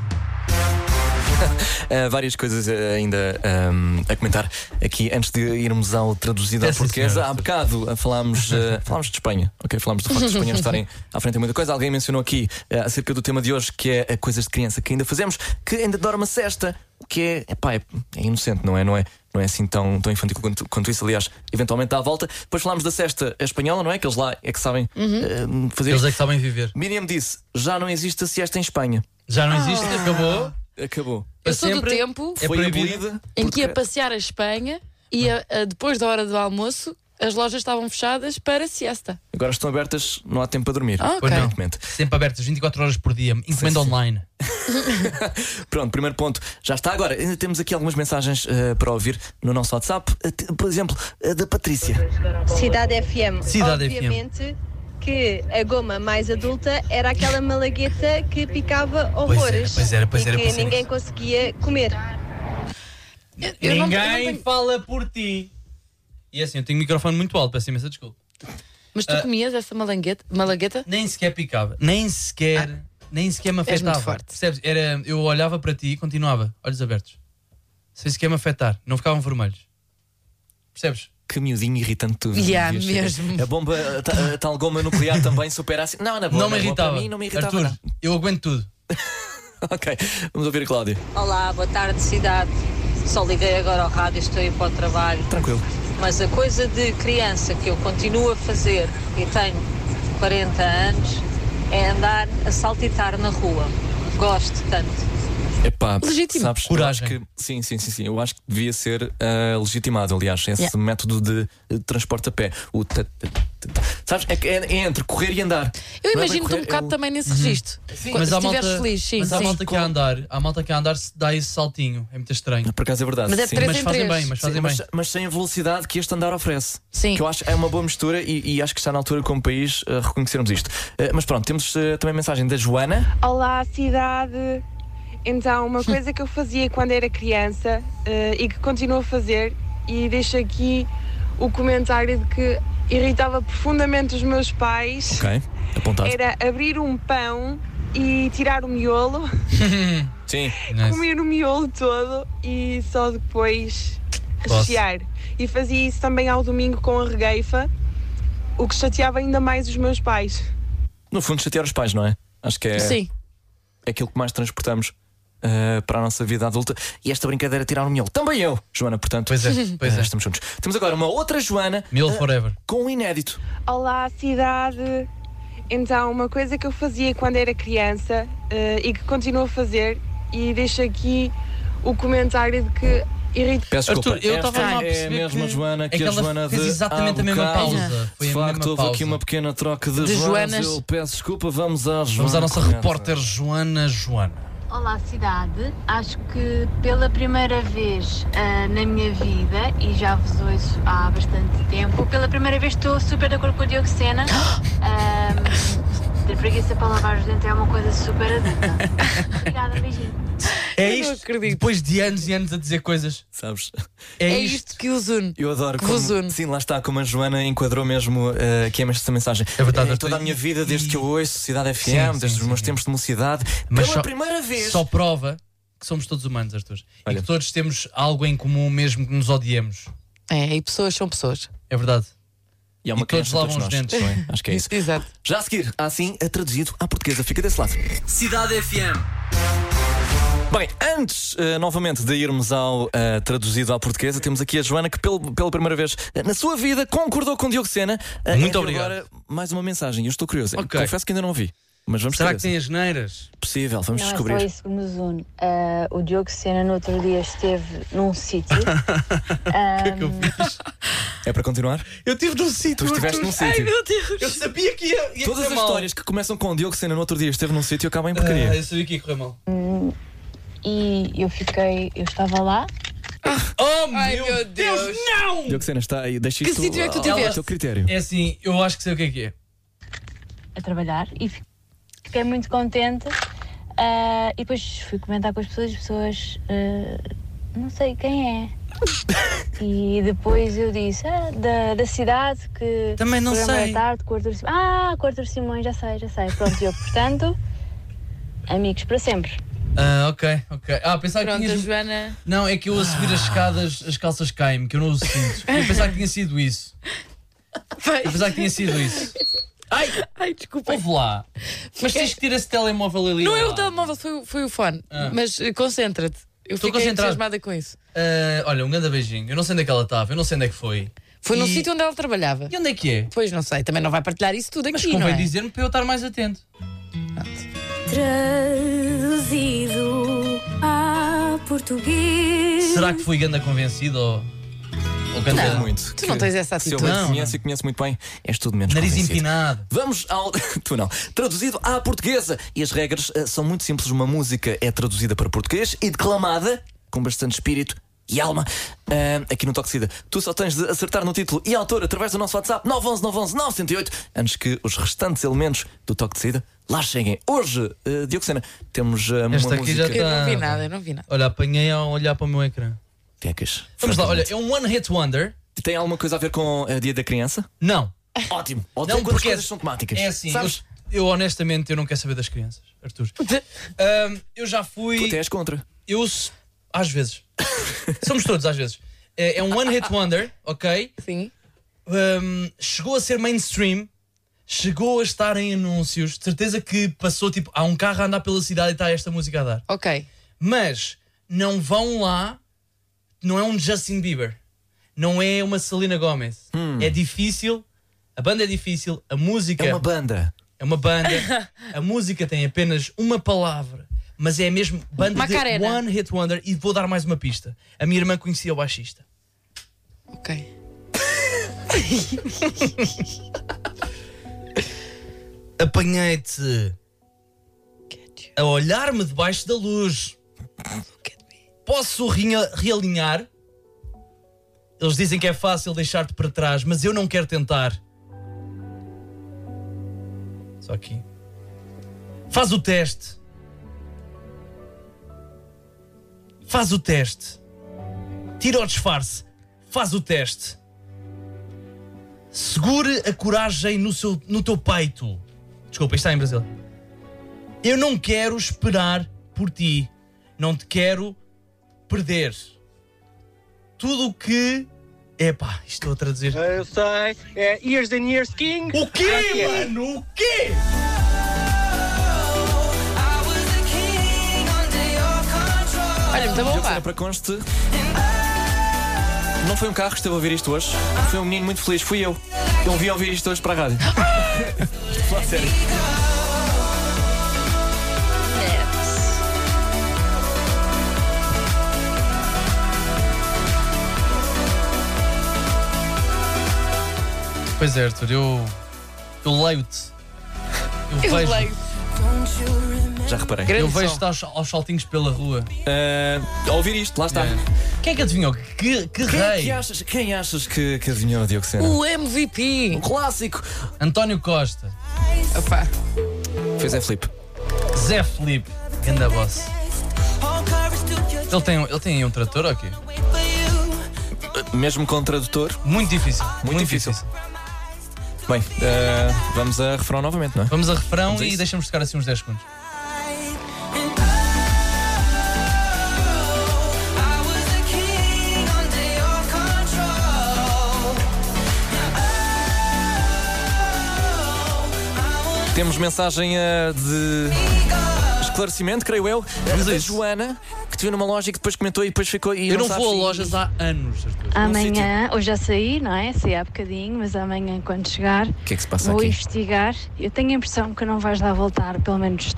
Speaker 4: Eh, várias coisas eh, ainda ehm, a comentar aqui antes de irmos ao traduzido
Speaker 5: É,
Speaker 4: à
Speaker 5: sim,
Speaker 4: portuguesa.
Speaker 5: senhora.
Speaker 4: Há bocado eh, falámos,
Speaker 5: *laughs*
Speaker 4: eh, falámos de Espanha, ok? Falámos do facto de espanhóis estarem à frente de muita coisa. Alguém mencionou aqui eh, acerca do tema de hoje que é eh, coisas de criança que ainda fazemos, que ainda dorme a cesta, o que é, epá, é, é inocente, não é? Não é? Não é assim tão, tão infantil quanto, quanto isso, aliás, eventualmente dá a volta. Depois falámos da cesta espanhola, não é? Que eles lá é que sabem
Speaker 3: Uhum.
Speaker 4: eh, fazer.
Speaker 5: Eles é que
Speaker 4: isto.
Speaker 5: sabem viver.
Speaker 4: Miriam disse: já não existe a siesta em Espanha.
Speaker 5: Já não existe, acabou.
Speaker 4: Acabou.
Speaker 3: Eu sou do tempo
Speaker 4: É foi abolida.
Speaker 3: em que ia passear a Espanha e a- a- depois da hora do almoço as lojas estavam fechadas para siesta.
Speaker 4: Agora estão abertas, não há tempo para dormir.
Speaker 3: Ah, ok. Pois não.
Speaker 4: aparentemente.
Speaker 5: Sempre abertas 24 horas por dia, encomenda online.
Speaker 4: Pronto, primeiro ponto já está. Agora, ainda temos aqui algumas mensagens eh, para ouvir no nosso WhatsApp. Eh, te- por exemplo, a da Patrícia.
Speaker 13: Cidade FM.
Speaker 4: Cidade FM.
Speaker 13: Obviamente que a goma mais adulta era aquela malagueta que picava
Speaker 5: era,
Speaker 13: horrores
Speaker 5: pois é. era, pois era,
Speaker 13: e que
Speaker 5: pois era.
Speaker 13: ninguém conseguia comer.
Speaker 5: Ninguém fala por ti. E assim, eu tenho o microfone muito alto, peço imensa desculpa.
Speaker 3: Mas tu
Speaker 5: Ah.
Speaker 3: comias essa malangueta, malagueta?
Speaker 5: Nem sequer picava. Nem sequer, nem sequer me
Speaker 3: És
Speaker 5: afetava.
Speaker 3: muito forte.
Speaker 5: Percebes? Era, eu olhava para ti e continuava, olhos abertos. Sem sequer me afetar, não ficavam vermelhos. Percebes?
Speaker 4: Que miudinho irritante tu.
Speaker 5: Yeah,
Speaker 4: devias ser.
Speaker 5: mesmo.
Speaker 4: A bomba, a, ta- a tal goma nuclear também supera assim. Não, na boa,
Speaker 5: não me
Speaker 4: na boa,
Speaker 5: irritava.
Speaker 4: Para mim, não me irritava.
Speaker 5: Arthur,
Speaker 4: nada. *laughs*
Speaker 5: eu aguento tudo.
Speaker 4: ok, vamos ouvir a Cláudia.
Speaker 14: Olá, boa tarde, cidade. Só liguei agora ao rádio, estou a ir para o trabalho.
Speaker 4: Tranquilo.
Speaker 14: Mas a coisa de criança que eu continuo a fazer e tenho 40 anos é andar a saltitar na rua. Gosto tanto.
Speaker 4: Epá,
Speaker 14: Legítimo.
Speaker 4: Sabes, Coragem. Eu acho que, sim, sim, sim, sim. Eu acho que devia ser ah, legitimado, aliás, esse
Speaker 3: Yeah.
Speaker 4: método de eh, transporte a pé. O ta- ta- ta- ta- Sabes? É, que é- é entre correr e andar.
Speaker 3: Eu
Speaker 4: Não é bem
Speaker 3: imagino-te um
Speaker 4: correr,
Speaker 3: bocado
Speaker 4: é o-
Speaker 3: também nesse registro. Quando
Speaker 5: Uhum. mas há
Speaker 3: estiveres
Speaker 5: malta,
Speaker 3: feliz, sim,
Speaker 5: mas há
Speaker 3: sim.
Speaker 5: malta que a andar, há malta que a andar se dá esse saltinho. É muito estranho.
Speaker 4: Por acaso é verdade.
Speaker 5: Mas é
Speaker 4: sim.
Speaker 5: três Mas em fazem três. bem, mas fazem
Speaker 4: mas,
Speaker 5: bem.
Speaker 4: mas sem a velocidade que este andar oferece. Sim. Que eu acho é uma boa mistura e, e acho que está na altura como país eh, reconhecermos isto. Eh, mas pronto, temos eh, também a mensagem da Joana.
Speaker 15: Olá, cidade! Então, uma coisa que eu fazia quando era criança eh, e que continuo a fazer, e deixo aqui o comentário de que irritava profundamente os meus pais,
Speaker 4: Ok, apontado.
Speaker 15: era abrir um pão e tirar o miolo,
Speaker 4: Sim.
Speaker 5: é?
Speaker 15: comer o miolo todo e só depois
Speaker 4: Posso?
Speaker 15: rechear. E fazia isso também ao domingo com a regueifa, o que chateava ainda mais os meus pais.
Speaker 4: No fundo, chatear os pais, não é? Acho que é,
Speaker 15: Sim.
Speaker 4: é aquilo que mais transportamos eh, para a nossa vida adulta. E esta brincadeira é tirar o miolo. Também eu, Joana, portanto.
Speaker 5: Pois é, pois
Speaker 4: eh, *laughs*
Speaker 5: é.
Speaker 4: Estamos juntos. Temos agora uma outra Joana.
Speaker 5: Miolo
Speaker 4: eh,
Speaker 5: forever.
Speaker 4: Com um inédito.
Speaker 15: Olá, cidade! Então, uma coisa que eu fazia quando era criança eh, e que continuo a fazer, e deixo aqui o comentário de que irrita.
Speaker 4: Peço desculpa.
Speaker 5: Arthur, eu
Speaker 4: Esta
Speaker 5: estava mal a
Speaker 4: é a
Speaker 5: perceber
Speaker 4: mesma
Speaker 5: que-
Speaker 4: Joana que,
Speaker 5: é que
Speaker 4: a
Speaker 5: ela
Speaker 4: Joana
Speaker 5: fez
Speaker 4: de
Speaker 5: exatamente
Speaker 4: há
Speaker 5: a mesma
Speaker 4: bocado.
Speaker 5: pausa. Foi a
Speaker 4: de
Speaker 5: mesma
Speaker 4: facto, houve
Speaker 5: pausa.
Speaker 4: aqui uma pequena troca de,
Speaker 5: De
Speaker 4: Joanas.
Speaker 5: Joanas.
Speaker 4: Eu peço desculpa, vamos à Joana.
Speaker 5: Vamos à nossa
Speaker 4: Correia.
Speaker 5: repórter Joana Joana.
Speaker 16: Olá, cidade. Acho que pela primeira vez ah, na minha vida, e já vos ouço há bastante tempo, pela primeira vez estou super de acordo com o
Speaker 14: *gasps*
Speaker 16: Diogo Sena. Um, ter preguiça para lavar os dentes é uma coisa
Speaker 14: *laughs*
Speaker 16: super adulta. Obrigada, beijinho.
Speaker 5: É isto, depois de anos e anos a dizer coisas.
Speaker 4: Sabes?
Speaker 5: É,
Speaker 3: É
Speaker 5: isto.
Speaker 3: isto que os une.
Speaker 4: Eu adoro
Speaker 3: Que
Speaker 4: como,
Speaker 3: vos une.
Speaker 4: Sim, lá está, como a Joana enquadrou mesmo eh, que é esta mensagem. É
Speaker 5: verdade, Arthur,
Speaker 4: toda a minha vida, desde que eu ouço Sociedade FM,
Speaker 5: Sim, sim,
Speaker 4: desde os
Speaker 5: sim,
Speaker 4: meus
Speaker 5: sim.
Speaker 4: tempos de mocidade,
Speaker 5: Mas
Speaker 4: pela
Speaker 5: só-
Speaker 4: primeira vez.
Speaker 5: Só prova que somos todos humanos, Arthur. E
Speaker 4: Olha.
Speaker 5: que todos temos algo em comum, mesmo que nos odiemos.
Speaker 3: É, e pessoas são pessoas.
Speaker 5: É verdade.
Speaker 4: E, há É uma
Speaker 5: e todos
Speaker 4: criança,
Speaker 5: lavam os
Speaker 4: nós,
Speaker 5: dentes.
Speaker 4: não é? Acho que é isso.
Speaker 5: *laughs*
Speaker 3: Exato.
Speaker 4: Já a seguir, há assim, a traduzido à portuguesa. Fica desse lado.
Speaker 1: Cidade FM.
Speaker 4: Bem, antes eh, novamente de irmos ao eh, traduzido à portuguesa, temos aqui a Joana que pelo- pela primeira vez eh, na sua vida concordou com Diogo Sena. Eh,
Speaker 5: Muito
Speaker 4: enviou
Speaker 5: obrigado.
Speaker 4: Agora mais uma mensagem, eu estou curioso.
Speaker 5: Ok.
Speaker 4: Confesso que ainda não ouvi, mas vamos
Speaker 5: Será
Speaker 4: ter
Speaker 5: que
Speaker 4: essa.
Speaker 5: tem as neiras?
Speaker 4: Possível, vamos
Speaker 16: Não
Speaker 4: descobrir.
Speaker 16: é só isso que nos une. Ah, o Diogo Sena no outro dia esteve num sítio. Ahm,
Speaker 4: É para continuar?
Speaker 5: Eu estive num sítio.
Speaker 4: Tu estiveste num
Speaker 5: Ai,
Speaker 4: sítio.
Speaker 5: meu Deus. Eu sabia que ia,
Speaker 4: Todas
Speaker 5: ia correr
Speaker 4: as
Speaker 5: mal.
Speaker 4: histórias que começam com o Diogo Sena no outro dia esteve num sítio e acabam em porcaria.
Speaker 5: Ah, eu sabia que ia correr mal.
Speaker 16: Hum, e eu fiquei, eu estava lá.
Speaker 5: Oh, meu, Deus. não!
Speaker 4: Diogo Sena está aí, deixa
Speaker 5: Que
Speaker 4: isto
Speaker 5: sítio é que tu
Speaker 4: ao
Speaker 5: tiveste?
Speaker 4: teu critério.
Speaker 5: É assim, eu acho que sei o que é que é.
Speaker 17: a trabalhar e fi- fiquei muito contente. ah, e depois fui comentar com as pessoas, as pessoas ah, não sei quem é.
Speaker 18: *laughs*
Speaker 17: E depois eu disse, ah, da, da cidade que
Speaker 18: Também não
Speaker 17: programa da
Speaker 18: sei.
Speaker 17: tarde com o Arthur Simões. Ah, com o Arthur Simões, já sei, já sei. Pronto, eu, portanto, amigos para sempre.
Speaker 5: Ah, ok, ok. Ah, pensava
Speaker 3: Pronto,
Speaker 5: que
Speaker 3: a
Speaker 5: tinhas...
Speaker 3: *laughs* Joana.
Speaker 5: Não, é que eu a subir
Speaker 4: Ah.
Speaker 5: as escadas as calças caem-me, que eu não o sinto. Eu pensava que tinha sido isso. Eu pensava que tinha sido isso. Ai,
Speaker 3: Ai desculpa.
Speaker 5: ouve lá. Mas tens que tirar esse telemóvel ali.
Speaker 3: Não
Speaker 5: lá.
Speaker 3: é o telemóvel, foi, o- foi o fone.
Speaker 5: Ah.
Speaker 3: Mas eh, concentra-te. Eu
Speaker 5: Estou
Speaker 3: fiquei
Speaker 5: concentrado.
Speaker 3: entusiasmada com isso.
Speaker 5: Ah, olha, um grande beijinho. Eu não sei onde é que ela estava, eu não sei onde é que foi.
Speaker 3: Foi num
Speaker 5: E-
Speaker 3: sítio onde ela trabalhava.
Speaker 5: E onde é que é?
Speaker 3: Pois não sei, também não vai partilhar isso tudo aqui,
Speaker 5: Mas
Speaker 3: não é?
Speaker 5: convém dizer-me para eu estar mais atento.
Speaker 19: Traduzido a português.
Speaker 5: Será que fui ganda convencido ou. ou cantei
Speaker 4: É muito.
Speaker 5: Tu não tens essa
Speaker 4: se
Speaker 5: atitude.
Speaker 4: eu bem
Speaker 5: Então, Não.
Speaker 4: te conheço e conheço muito bem, és tudo menos
Speaker 5: Nariz
Speaker 4: convencido.
Speaker 5: empinado.
Speaker 4: Vamos ao. *laughs* tu não. Traduzido à portuguesa. E as regras eh, são muito simples. Uma música é traduzida para português e declamada com bastante espírito. E alma, ah, aqui no Toxida, tu só tens de acertar no título e autor através do nosso WhatsApp 911 911 908 antes que os restantes elementos do Toxida lá cheguem. Hoje, eh, Diogo Sena, temos ah, uma
Speaker 5: Esta aqui
Speaker 4: música.
Speaker 5: já tá- está. Eu não vi nada,
Speaker 3: Eu não vi nada.
Speaker 5: Olha, apanhei a olhar para o meu ecrã.
Speaker 4: Pecas.
Speaker 5: Vamos lá, olha, é um One Hit Wonder.
Speaker 4: Tem alguma coisa a ver com o Dia da
Speaker 5: *coughs*
Speaker 4: Criança?
Speaker 5: Não.
Speaker 4: Ótimo. Ótimo
Speaker 5: Não,
Speaker 4: quando as
Speaker 5: porque é-
Speaker 4: coisas são temáticas.
Speaker 5: É assim,
Speaker 4: Sabes?
Speaker 5: eu, eu honestamente eu não quero saber das crianças, Arthur. Ahm, eu já fui. Tu
Speaker 4: tens contra?
Speaker 5: Eu s- às vezes. Somos todos às vezes. É, é um one hit wonder, ok?
Speaker 3: Sim.
Speaker 5: chegou a ser mainstream, chegou a estar em anúncios. De certeza que passou tipo, há um carro a andar pela cidade e está esta música a dar.
Speaker 3: Ok.
Speaker 5: Mas não vão lá, não é um Justin Bieber, não é uma Selena Gomez. É difícil, a banda é difícil, a música.
Speaker 4: Hum. É uma banda.
Speaker 5: É
Speaker 4: *laughs*
Speaker 5: uma banda. A música tem apenas uma palavra, mas é mesmo banda
Speaker 3: Macarena.
Speaker 5: de One Hit Wonder. E vou dar mais uma pista. A minha irmã conhecia o baixista.
Speaker 3: Ok.
Speaker 5: Apanhei-te a olhar-me debaixo da luz. Posso rinha- realinhar? Eles dizem que é fácil deixar-te para trás, mas eu não quero tentar. Só aqui. Faz o teste. Faz o teste. Tira o disfarce. Faz o teste. Segure a coragem no, seu, no teu peito. Desculpa, isto está em Brasil. Eu não quero esperar por ti. Não te quero perder. Tudo o que. Epá, estou a traduzir. Eu sei. É Years and Years King. O quê, mano? O quê?
Speaker 3: Olha, então muito bom,
Speaker 4: Diogo Sena, para conste. Não foi um carro que esteve a ouvir isto hoje. Foi um menino muito feliz. Fui eu. Eu vim ouvir isto hoje para a rádio. Estou a falar sério.
Speaker 5: Pois é, Arthur, eu. Eu leio-te.
Speaker 4: *laughs*
Speaker 5: Eu, vejo.
Speaker 4: Já reparei.
Speaker 5: Eu vejo-te aos, aos saltinhos pela rua.
Speaker 4: Ah, a ouvir isto, lá está.
Speaker 5: Quem é que adivinhou? Que, que
Speaker 4: Quem, é
Speaker 5: rei?
Speaker 4: que achas, quem achas que, que adivinhou a Diogo Sena?
Speaker 3: MVP.
Speaker 4: Um clássico.
Speaker 5: António Costa.
Speaker 3: Opa.
Speaker 4: Foi Zé Filipe.
Speaker 5: Zé Felipe. Ganda boss. Ele tem, ele tem aí um trator ou quê?
Speaker 4: Mesmo com tradutor.
Speaker 5: Muito difícil.
Speaker 4: Muito, difícil. Bem, eh, vamos a refrão novamente, não é?
Speaker 5: Vamos a refrão
Speaker 4: Vamos a
Speaker 5: e
Speaker 4: isso.
Speaker 5: deixamos tocar assim uns 10 segundos.
Speaker 4: Temos mensagem eh, de esclarecimento, creio eu,
Speaker 5: Vamos a
Speaker 4: da
Speaker 5: isso.
Speaker 4: Joana, que te viu numa loja e que depois comentou e depois ficou. E
Speaker 5: Eu não
Speaker 4: sabe
Speaker 5: vou a
Speaker 4: se- Ah.
Speaker 5: lojas há anos. Arthur.
Speaker 17: Amanhã, hoje já saí, não é? Saí há bocadinho, mas amanhã, quando chegar,
Speaker 4: O que é que se passa
Speaker 17: vou
Speaker 4: aqui?
Speaker 17: investigar. Eu tenho a impressão que não vais lá voltar, pelo menos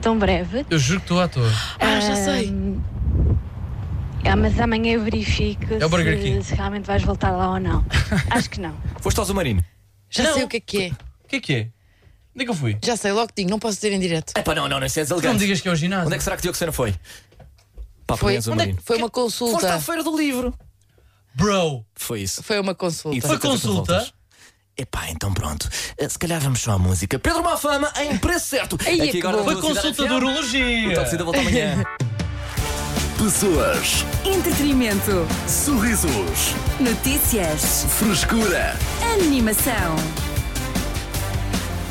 Speaker 17: tão breve.
Speaker 5: Eu juro que estou à toa.
Speaker 17: Ah, já sei. Ah, mas amanhã eu verifico
Speaker 4: É o Burger
Speaker 17: se-
Speaker 4: King.
Speaker 17: se realmente vais voltar lá ou
Speaker 4: *laughs*
Speaker 17: não. Acho que não.
Speaker 4: Foste ao Zumarino.
Speaker 3: Já sei o que é que é.
Speaker 5: O que é que é? Onde é que eu fui?
Speaker 3: Já sei, logo te digo, não posso dizer em direto.
Speaker 4: Epá, não, não, não, isso é deselegante.
Speaker 5: Não me digas que é o ginásio.
Speaker 4: Onde é que será que Diogo Sena foi? Pá,
Speaker 3: Foi, onde é
Speaker 4: apanhei o
Speaker 3: que-
Speaker 4: Zumarino.
Speaker 3: foi uma consulta.
Speaker 4: Foste à Feira do Livro.
Speaker 5: Bro.
Speaker 4: Foi isso.
Speaker 3: Foi uma consulta.
Speaker 4: E de certeza que voltas. Epá, então pronto. Eh, Se calhar vamos só à música. Pedro Mafama, em preço certo.
Speaker 1: Ei, é que bom.
Speaker 4: na
Speaker 1: Foi
Speaker 4: Velocidade
Speaker 1: consulta
Speaker 4: FM.
Speaker 1: de urologia.
Speaker 4: O Tal Cida
Speaker 3: *laughs*
Speaker 4: volta amanhã.
Speaker 1: Pessoas,
Speaker 2: Entretenimento.
Speaker 1: sorrisos,
Speaker 2: Notícias.
Speaker 1: frescura.
Speaker 2: Animação.